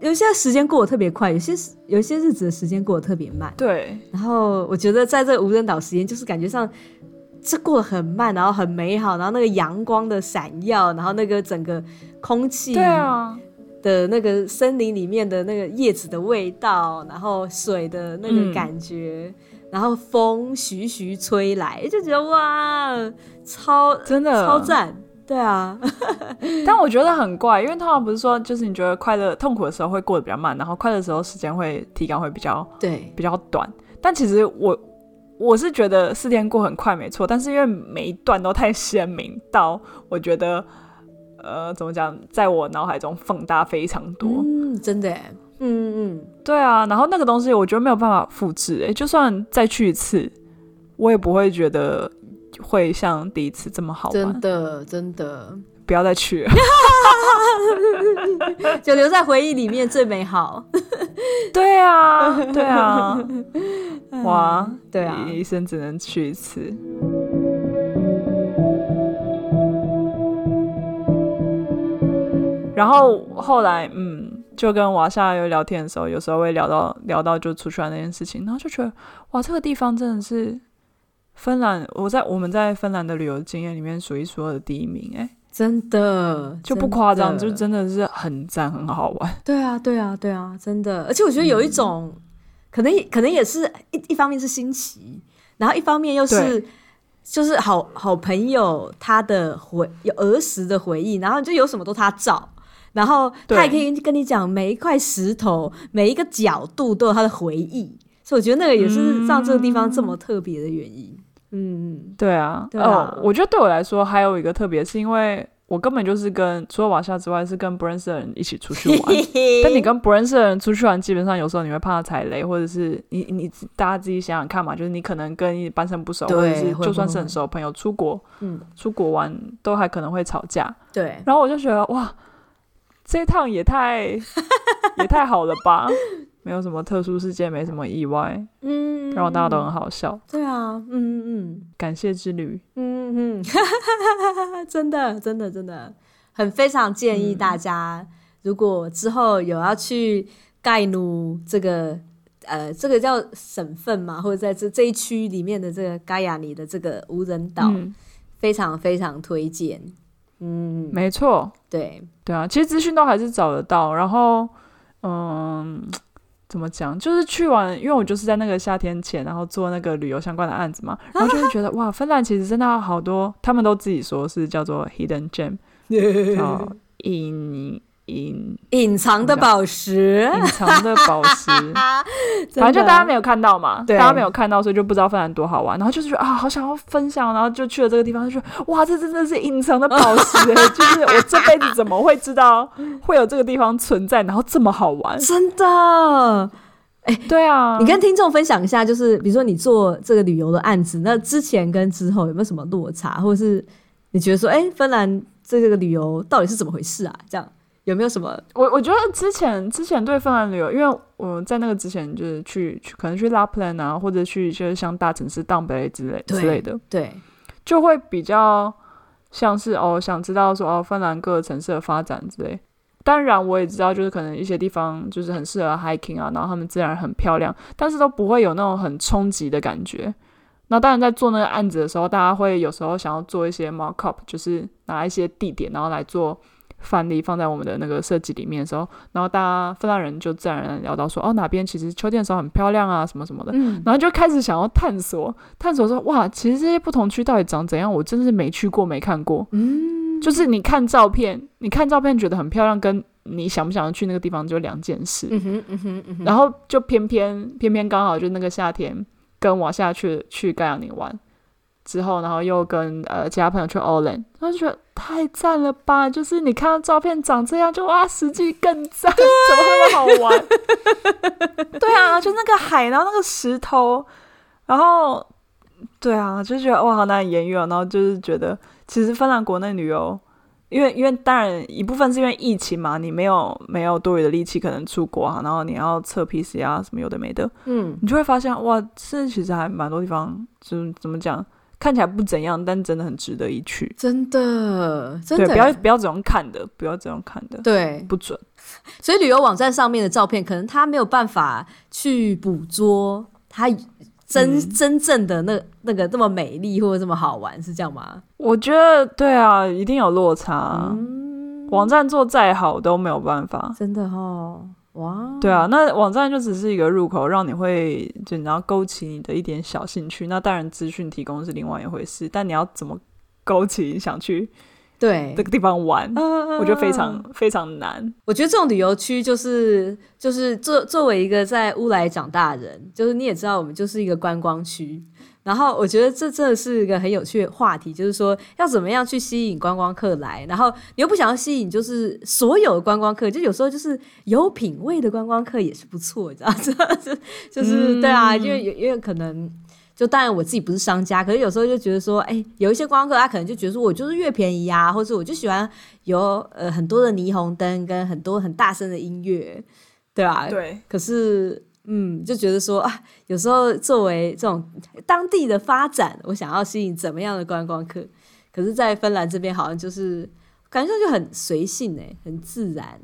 S1: 有一些时间过得特别快，有些时有一些日子的时间过得特别慢。
S2: 对，
S1: 然后我觉得在这个无人岛时间，就是感觉上这过得很慢，然后很美好，然后那个阳光的闪耀，然后那个整个空气
S2: 对啊，
S1: 的那个森林里面的那个叶子的味道，然后水的那个感觉，然后风徐徐吹来，就觉得哇，超
S2: 真的
S1: 超赞。对啊，
S2: 但我觉得很怪，因为通常不是说，就是你觉得快乐、痛苦的时候会过得比较慢，然后快乐的时候时间会体感会比较
S1: 对，
S2: 比较短。但其实我我是觉得四天过很快，没错。但是因为每一段都太鲜明到，我觉得呃，怎么讲，在我脑海中放大非常多。
S1: 嗯，真的耶，嗯嗯，
S2: 对啊，然后那个东西我觉得没有办法复制、诶，就算再去一次，我也不会觉得会像第一次这么好
S1: 真
S2: 玩。
S1: 的真的，
S2: 不要再去了。
S1: 就留在回忆里面最美好。
S2: 对啊，对啊， 嗯哇，
S1: 对啊
S2: 一生只能去一次。然后后来，嗯，就跟瓦夏有聊天的时候，有时候会聊到聊到就出去玩那件事情，然后就觉得哇，这个地方真的是芬兰，我在我们在芬兰的旅游经验里面数一数二的第一名，哎，
S1: 真的
S2: 就不夸张，
S1: 真
S2: 就
S1: 的
S2: 真的是很赞，很好玩。
S1: 对啊，对啊，对啊，真的。而且我觉得有一种，
S2: 嗯
S1: 可能也可能也是一一方面是新奇，然后一方面又是就是好好朋友他的回有儿时的回忆，然后就有什么都他照。然后
S2: 对
S1: 他也可以跟你讲每一块石头、每一个角度都有他的回忆，所以我觉得那个也是让这个地方这么特别的原因。嗯，
S2: 对啊，
S1: 对啊
S2: 哦，我觉得对我来说还有一个特别，是因为我根本就是跟除了瓦夏之外，是跟不认识的人一起出去 玩。但你跟不认识的人出去玩，基本上有时候你会怕踩雷，或者是你你大家自己想想看嘛，就是你可能跟一半生不熟，
S1: 对
S2: 或者是
S1: 会
S2: 就算是很熟的朋友出国，
S1: 嗯，
S2: 出国玩都还可能会吵架。
S1: 对
S2: 然后我就觉得哇，这趟 也太也太好了吧，没有什么特殊事件，没什么意外，
S1: 嗯，
S2: 然后大家都很好笑，
S1: 对啊，嗯嗯。
S2: 感谢之旅。
S1: 嗯嗯，真的真的真的，很非常建议大家，如果之后有要去盖努这个呃这个叫省份嘛，或者在这这一区里面的这个盖亚尼的这个无人岛，
S2: 嗯，
S1: 非常非常推荐。嗯，
S2: 没错。
S1: 对，
S2: 对啊，其实资讯都还是找得到。然后，嗯，怎么讲？就是去完，因为我就是在那个夏天前，然后做那个旅游相关的案子嘛，然后就会觉得哇，芬兰其实真的有好多，他们都自己说是叫做 hidden gem，叫 隐隐
S1: 嗯隐藏的宝石，
S2: 隐藏的宝石。
S1: 真
S2: 反正就
S1: 的
S2: 大家没有看到嘛，
S1: 对
S2: 大家没有看到，所以就不知道芬兰多好玩。然后就是觉得啊，好想要分享，然后就去了这个地方，就觉得哇，这真的是隐藏的宝石、欸， 就是我这辈子怎么会知道会有这个地方存在，然后这么 好玩？
S1: 真的。
S2: 对啊，
S1: 你跟听众分享一下，就是比如说你做这个旅游的案子，那之前跟之后有没有什么落差，或者是你觉得说，哎、芬兰这个旅游到底是怎么回事啊？这样有没有什么？
S2: 我我觉得之前之前对芬兰旅游，因为我在那个之前就是去去可能去拉普兰啊，或者去就是像大城市当北之类
S1: 对
S2: 之类的，
S1: 对，
S2: 就会比较像是哦，想知道说哦，芬兰各个城市的发展之类。当然，我也知道，就是可能一些地方就是很适合 hiking 啊，然后他们自然很漂亮，但是都不会有那种很冲击的感觉。那当然，在做那个案子的时候，大家会有时候想要做一些 mock up，就是拿一些地点，然后来做范例，放在我们的那个设计里面的时候，然后大家芬兰人就自然而然聊到说，哦，哪边其实秋天的时候很漂亮啊，什么什么的。
S1: 嗯，
S2: 然后就开始想要探索，探索说哇，其实这些不同区到底长怎样，我真是没去过，没看过。嗯，
S3: 就是你看照片，你看照片觉得很漂亮，跟你想不想要去那个地方就两件事。
S1: 嗯哼嗯哼嗯哼，
S3: 然后就偏偏偏偏刚好就那个夏天跟我下去去盖亚尼玩，之后然后又跟呃其他朋友去 Olen，然后就觉得太赞了吧！就是你看到照片长这样，就哇，实际更赞，怎么那么好玩？对啊，就那个海，然后那个石头，然后对啊，就觉得哇，好难以言喻哦。然后就是觉得，其实芬兰国内旅游。因为因为当然一部分是因为疫情嘛，你没有没有多余的力气可能出国啊，然后你要测 PCR 啊什么有的没的，
S1: 嗯，
S3: 你就会发现哇，这其实还蛮多地方，就是怎么讲，看起来不怎样，但真的很值得一去。
S1: 真的真
S3: 对，
S1: 的
S3: 不要不要只用看的，不要只用看的，
S1: 对，
S3: 不准。
S1: 所以旅游网站上面的照片，可能他没有办法去捕捉它真、
S3: 嗯
S1: 真正的那那个这么美丽或者这么好玩，是这样吗？
S3: 我觉得对啊，一定有落差。嗯网站做再好都没有办法。
S1: 真的哦，哇，
S3: 对啊，那网站就只是一个入口，让你会就你要勾起你的一点小兴趣。那当然，资讯提供是另外一回事，但你要怎么勾起你想去
S1: 对
S3: 这，个地方玩，
S1: 嗯
S3: 我觉得非常非常难。
S1: 我觉得这种旅游区就是就是作作为一个在乌来长大的人，就是你也知道，我们就是一个观光区。然后我觉得这真的是一个很有趣的话题，就是说要怎么样去吸引观光客来，然后你又不想要吸引就是所有的观光客，就有时候就是有品味的观光客也是不错，你知道， 就是就是对啊，因为因为可能就当然我自己不是商家，可是有时候就觉得说，哎，有一些观光客他可能就觉得说我就是越便宜啊，或者我就喜欢有呃很多的霓虹灯跟很多很大声的音乐，对吧、啊？。
S3: 对，
S1: 可是，嗯，就觉得说啊，有时候作为这种当地的发展，我想要吸引怎么样的观光客？可是，在芬兰这边好像就是感觉就很随性哎、很自然。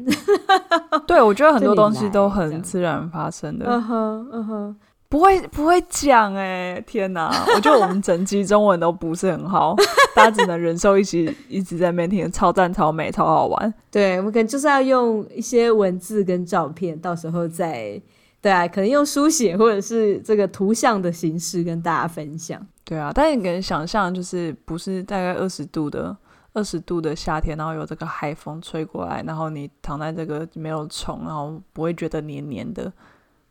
S3: 啊对，我觉得很
S1: 这
S3: 多
S1: 里
S3: 东西
S1: 来
S3: 都
S1: 这
S3: 很
S1: 样
S3: 自然发生的
S1: 嗯，哼，嗯哼，
S3: 不会不会讲哎、天哪！我觉得我们整集中文都不是很 好，大家只能忍受一直一直在那边听超赞、超美、超好玩。
S1: 对，我们可能就是要用一些文字跟照片，到时候再。对啊，可能用书写或者是这个图像的形式跟大家分享。
S3: 对啊，但你可能想象，就是不是大概二十度的二十度的夏天，然后有这个海风吹过来，然后你躺在这个没有虫，然后不会觉得黏黏的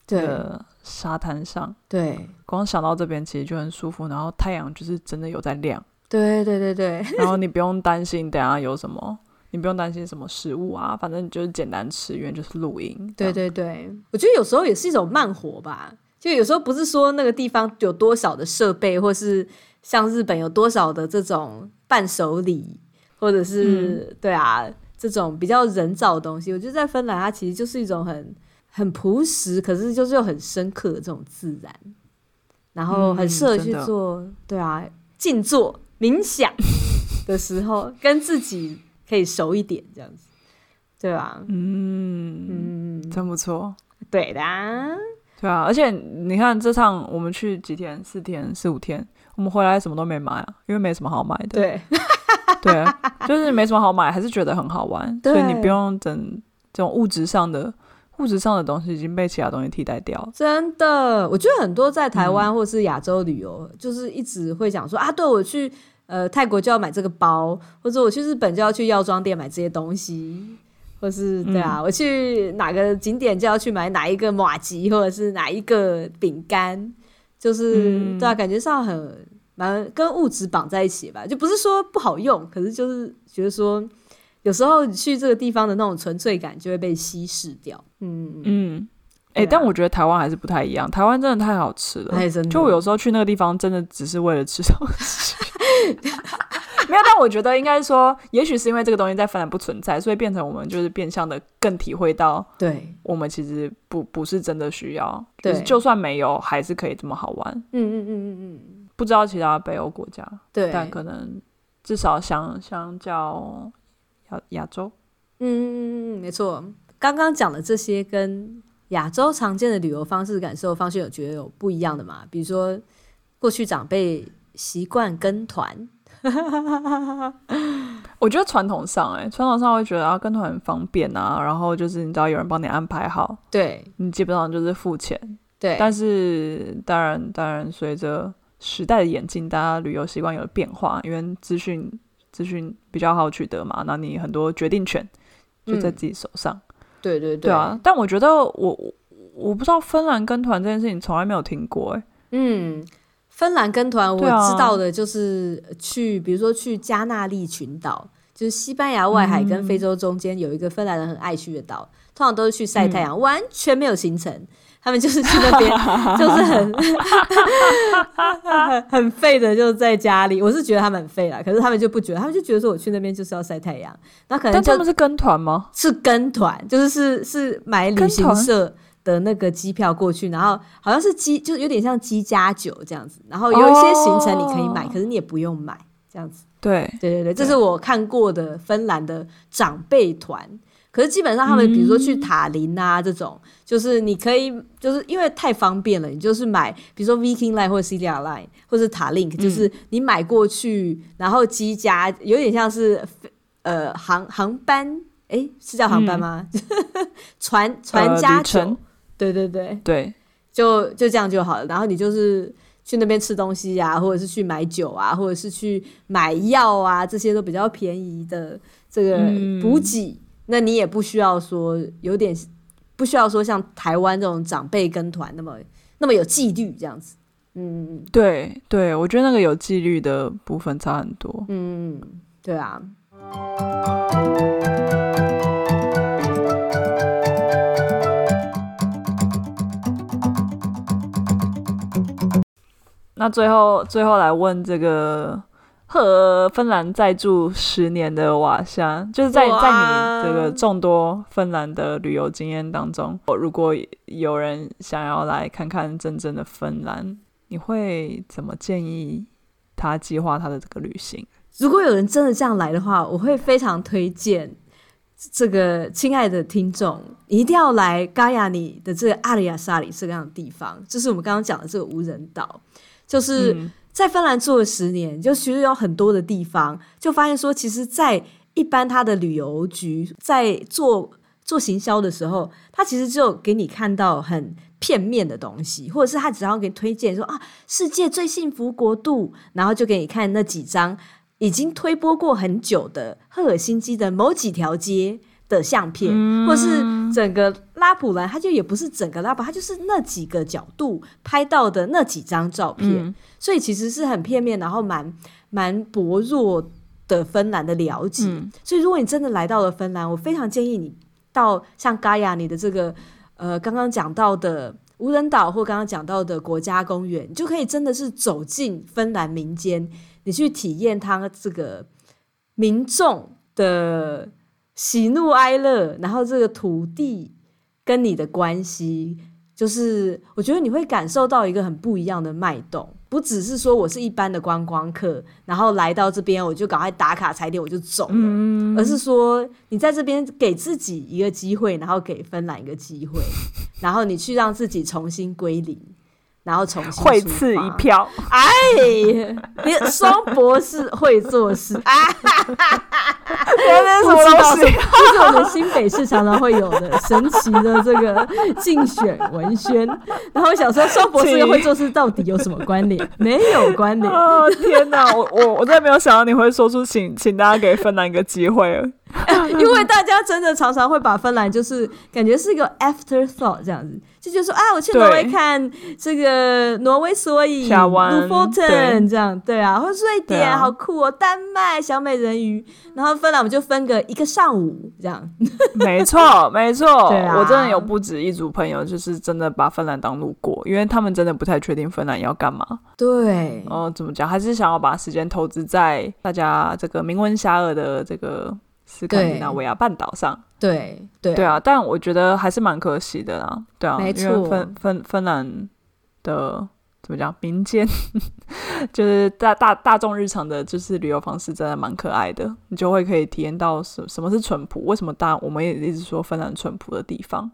S3: 这
S1: 对
S3: 个沙滩上，
S1: 对
S3: 光想到这边其实就很舒服，然后太阳就是真的有在 亮。
S1: 对对对对，
S3: 然后你不用担心等下有什么，你不用担心什么食物啊，反正你就是简单吃，因为就是露营。
S1: 对，对对，我觉得有时候也是一种慢活吧。就有时候不是说那个地方有多少的设备，或是像日本有多少的这种伴手礼，或者是、
S3: 嗯
S1: 对啊这种比较人造的东西。我觉得在芬兰，它其实就是一种很很朴实，可是就是又很深刻的这种自然，然后很
S3: 嗯
S1: 适合
S3: 真
S1: 去
S3: 的
S1: 做、对啊静坐冥想的时候，跟自己可以熟一点这样子，对吧？
S3: 嗯，
S1: 嗯，
S3: 真不错。
S1: 对的、啊。
S3: 对啊，而且你看这趟我们去几天，四天、四五天，我们回来什么都没买啊，因为没什么好买的。
S1: 对，
S3: 对就是没什么好买，还是觉得很好玩，所以你
S1: 对
S3: 不用等这种物质上的物质上的东西已经被其他东西替代掉了。
S1: 真的，我觉得很多在台湾或是亚洲旅游，就是一直会讲说啊，对我去呃泰国就要买这个包，或者我去日本就要去药妆店买这些东西，或是对啊，我去哪个景点就要去买哪一个马吉或者是哪一个饼干，就是、
S3: 嗯
S1: 对啊，感觉上很蛮跟物质绑在一起吧，就不是说不好用，可是就是觉得说有时候你去这个地方的那种纯粹感就会被稀释掉，嗯，
S3: 嗯，哎、
S1: 对啊
S3: 但我觉得台湾还是不太一样，台湾真的太好吃了。
S1: 哎，真的
S3: 就我有时候去那个地方，真的只是为了吃东西。 没有，但我觉得应该说，也许是因为这个东西在芬兰不存在，所以变成我们就是变相的更体会到，
S1: 对。
S3: 我们其实不不是真的需要，
S1: 对
S3: 就是就算没有，还是可以这么好玩。
S1: 嗯嗯嗯嗯嗯，
S3: 不知道其他北欧国家，
S1: 对，
S3: 但可能至少相相较亚亚洲，
S1: 嗯嗯嗯嗯，没错。刚刚讲的这些跟亚洲常见的旅游方式、感受方式，有觉得有不一样的嘛？比如说，过去长辈习惯跟团，
S3: 我觉得传统上、哎，传统上会觉得啊，跟团很方便啊，然后就是你知道有人帮你安排好，
S1: 对
S3: 你基本上就是付钱，
S1: 对，
S3: 但是当然，当然，随着时代的演进，大家旅游习惯有了变化，因为资讯资讯比较好取得嘛，那你很多决定权就在自己手上。
S1: 对嗯对对
S3: 对啊，，但我觉得我我我不知道芬兰跟团这件事情从来没有听过哎、
S1: 嗯，芬兰跟团我
S3: 对啊
S1: 知道的就是去，比如说去加那利群岛，就是西班牙外海跟非洲中间有一个芬兰人很爱去的岛，通常都是去晒太阳，完全没有行程。他们就是去那边，就是很 很 很废的，就在家里。我是觉得他们很废啦，可是他们就不觉得，他们就觉得说我去那边就是要晒太阳，那可能
S3: 但
S1: 就
S3: 他们是跟团吗？
S1: 是跟团，就是是是买旅行社的那个机票过去，然后好像是机，就是有点像机加酒这样子。然后有一些行程你可以买，
S3: 哦
S1: 可是你也不用买这样子。
S3: 对，
S1: 对对对，这是我看过的芬兰的长辈团。可是基本上他们比如说去塔林啊这种，就是你可以就是因为太方便了，你就是买比如说 Viking Line 或者 Celia Line 或是塔
S3: 嗯
S1: Link，就是你买过去，然后机加有点像是呃航航班，诶，是叫航班吗？ 船船
S3: 嗯呃
S1: 加酒，
S3: 旅程
S1: 对对对，
S3: 对，
S1: 就就这样就好了。然后你就是去那边吃东西呀、或者是去买酒啊，或者是去买药啊，这些都比较便宜的这个
S3: 嗯
S1: 补给。那你也不需要说有点不需要说像台湾这种长辈跟团那么那么有纪律这样子。嗯
S3: 对对，我觉得那个有纪律的部分差很多。
S1: 嗯，对啊。
S3: 那最后最后来问这个和芬兰再住十年的瓦夏，就是在在
S1: 哇
S3: 你这个众多芬兰的旅游经验当中，如果有人想要来看看真正的芬兰，你会怎么建议他计划他的这个旅行？
S1: 如果有人真的这样来的话，我会非常推荐这个亲爱的听众，一定要来嘎亚尼的这个阿里亚萨里这样的地方，就是我们刚刚讲的这个无人岛，就是
S3: 嗯
S1: 在芬兰住了十年，就其实有很多的地方，就发现说，其实，在一般它的旅游局在做做行销的时候，它其实只有给你看到很片面的东西，或者是它只要给你推荐说啊，世界最幸福国度，然后就给你看那几张已经推播过很久的赫尔辛基的某几条街的相片，
S3: 嗯
S1: 或是整个拉普兰，它就也不是整个拉普，它就是那几个角度拍到的那几张照片。
S3: 嗯
S1: 所以其实是很片面，然后蛮蛮薄弱的芬兰的了解。
S3: 嗯
S1: 所以如果你真的来到了芬兰，我非常建议你到像嘎雅你的这个呃刚刚讲到的无人岛或刚刚讲到的国家公园，你就可以真的是走进芬兰民间，你去体验它这个民众的喜怒哀乐，然后这个土地跟你的关系，就是我觉得你会感受到一个很不一样的脉动，不只是说我是一般的观光客，然后来到这边我就赶快打卡踩点我就走了，
S3: 嗯
S1: 而是说你在这边给自己一个机会，然后给芬兰一个机会，然后你去让自己重新归零，然后重新
S3: 会
S1: 出
S3: 次一
S1: 发
S3: 票，
S1: 哎，你双博士会做事啊！
S3: 那
S1: 不知道什么，这是我们新北市常常会有的神奇的这个竞选文宣。然后我想说，双博士跟会做事到底有什么关联？没有关联。
S3: 哦天哪，我我我真的没有想到你会说出请请大家给芬兰一个机会。
S1: 因为大家真的常常会把芬兰就是感觉是一个 afterthought 这样子，就觉得说啊，我去挪威
S3: 对
S1: 看这个挪威所以、
S3: 峡湾
S1: l u f o t e
S3: 对
S1: n 这样，对啊，或者瑞
S3: 对
S1: 典、
S3: 啊
S1: 好酷哦，丹麦小美人鱼，然后芬兰我们就分个一个上午这样，
S3: 没错，没错，
S1: 对啊
S3: 我真的有不止一组朋友，就是真的把芬兰当路过，因为他们真的不太确定芬兰要干嘛。
S1: 对，
S3: 哦、怎么讲？还是想要把时间投资在大家这个名闻遐迩的这个斯堪的纳维亚半岛上。
S1: 对对
S3: 对啊，但我觉得还是蛮可惜的啦。对啊，
S1: 没
S3: 因为
S1: 错
S3: 芬芬芬兰的怎么讲，民间 就是大大大众日常的，就是旅游方式真的蛮可爱的，你就会可以体验到什什么是淳朴，为什么大我们也一直说芬兰淳朴的地方。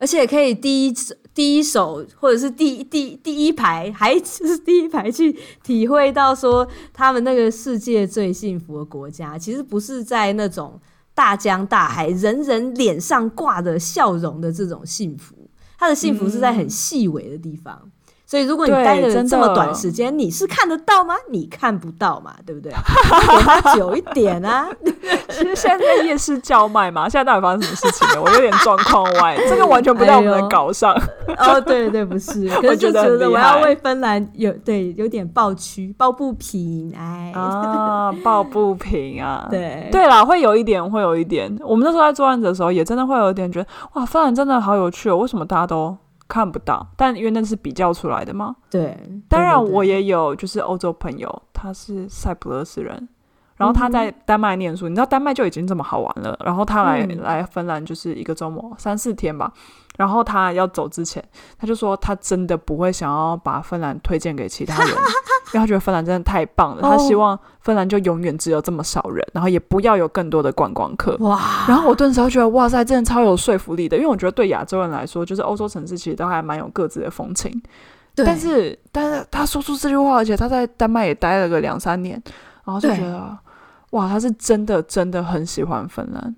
S1: 而且可以第一第一手或者是第第第一排，还就是第一排去体会到说他们那个世界最幸福的国家，其实不是在那种大江大海，人人脸上挂着笑容的这种幸福，他的幸福是在很细微的地方。所以如果你
S3: 嗯对
S1: 待了
S3: 真的
S1: 这么短时间，你是看得到吗？你看不到嘛，对不 对？给他久一点啊，
S3: 其实现在在夜市叫卖嘛，现 在到底发生什么事情了？我有点状况外，这个完全不在我们
S1: 哎呦
S3: 的稿上。
S1: 哦，对对，不 是，可
S3: 我
S1: 是就
S3: 觉得
S1: 觉
S3: 很
S1: 得
S3: 厉
S1: 我要
S3: 害
S1: 为芬兰有对有点抱屈，抱不平，哎，
S3: 啊， 抱不平啊！
S1: 对
S3: 对啦，会有一点，会有一点。我们那时候在做案子的时候，也真的会有一点觉得，哇，芬兰真的好有趣哦，为什么大家都看不到？但因为那是比较出来的嘛。
S1: 对，
S3: 当然，
S1: 对对
S3: 我也有就是欧洲朋友，他是塞浦路斯人，然后他
S1: 嗯
S3: 在丹麦念书，你知道丹麦就已经这么好玩了，然后他来、
S1: 嗯
S3: 来芬兰就是一个周末三四天吧，然后他要走之前，他就说他真的不会想要把芬兰推荐给其他人，因为他觉得芬兰真的太棒了，他
S1: 哦
S3: 希望芬兰就永远只有这么少人，然后也不要有更多的观光客。
S1: 哇，
S3: 然后我顿时就觉得，哇塞，真的超有说服力的。因为我觉得对亚洲人来说，就是欧洲城市其实都还蛮有各自的风情。
S1: 对
S3: 但是，但是他说出这句话，而且他在丹麦也待了个两三年，然后就
S1: 对
S3: 觉得，哇，他是真的真的很喜欢芬兰。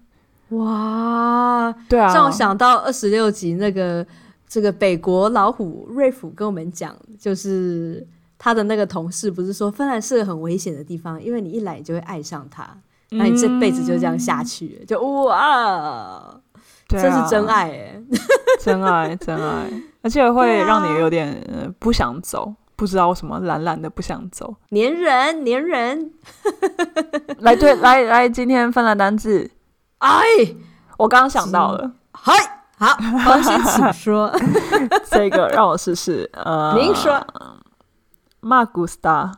S1: 哇，
S3: 对啊，
S1: 让我想到二十六集那个这个北国老虎瑞虎跟我们讲，就是他的那个同事不是说芬兰是个很危险的地方，因为你一来你就会爱上它，
S3: 嗯
S1: 那你这辈子就这样下去了，就哇，
S3: 对啊
S1: 这是真，爱哎，
S3: 真爱，真 爱，而且会
S1: 对啊
S3: 让你有点、呃不想走，不知道为什么懒懒的不想走。
S1: 粘人粘人，
S3: 来，对，来来，今天芬兰单字，
S1: 哎，
S3: 我刚刚想到了。
S1: 嗨，好，王先请说，
S3: 这个让我试 试。呃，
S1: 您说，
S3: 马古斯达，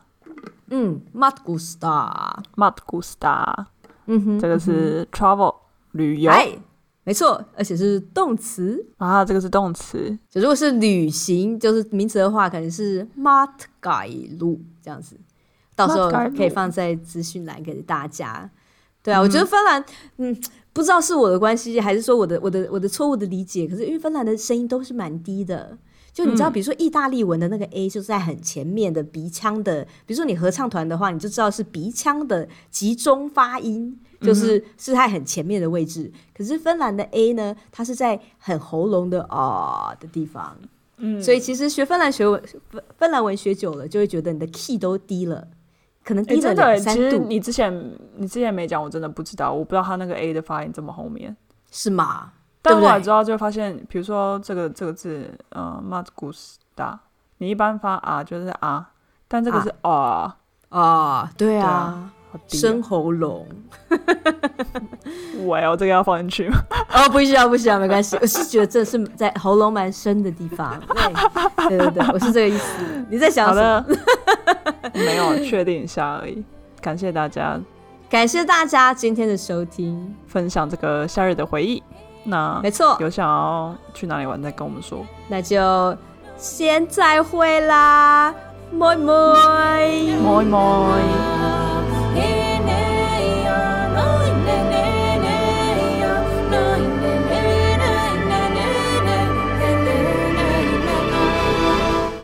S1: 嗯 m a t g u s t a
S3: 马古斯达，
S1: 嗯哼，
S3: 这个是 travel 旅游，
S1: 哎，没错，而且是动词。
S3: 然后这个是动词。
S1: 就如果是旅行，就是名词的话，可能是 mat 改路这样子，到时候
S3: Matkailu
S1: 可以放在资讯栏给大家。对啊，我觉得芬兰，嗯，不知道是我的关系，还是说我的我的我的错误的理解。可是因为芬兰的声音都是蛮低的，就你知道，比如说意大利文的那个 A 就是在很前面的鼻腔的，比如说你合唱团的话，你就知道是鼻腔的集中发音，就是是在很前面的位置。可是芬兰的 A 呢，它是在很喉咙的啊的地方，
S3: 嗯
S1: 所以其实学芬兰学文芬芬兰文学久了，就会觉得你的 key 都低了，可能
S3: 哎，
S1: 低了
S3: 真的，
S1: 两
S3: 其
S1: 三
S3: 实
S1: 度，
S3: 你之前你之前没讲，我真的不知道，我不知道他那个 a 的发音这么后面。
S1: 是吗？
S3: 但
S1: 对不
S3: 我
S1: 对
S3: 来之后就发现，比如说这个这个字，呃，马古斯达，你一般发啊就是啊，但这个是啊，
S1: 啊，对
S3: 对
S1: 啊
S3: 啊，，好低
S1: 生喉咙。
S3: 哦。 喂哦，这个要放进去吗？
S1: 哦，不需要，不需要，没关系。我是觉得这是在喉咙蛮深的地 方。对，对对对，我是这个意思。你在想
S3: 好
S1: 什么？
S3: 的， 没有确定一下而已。感谢大家
S1: 感谢大家今天的收听。
S3: 分享这个夏日的回忆。那
S1: 没错，
S3: 有想要去哪里玩再跟我们说。
S1: 那就先再会啦，么么。
S3: 么么。
S4: 「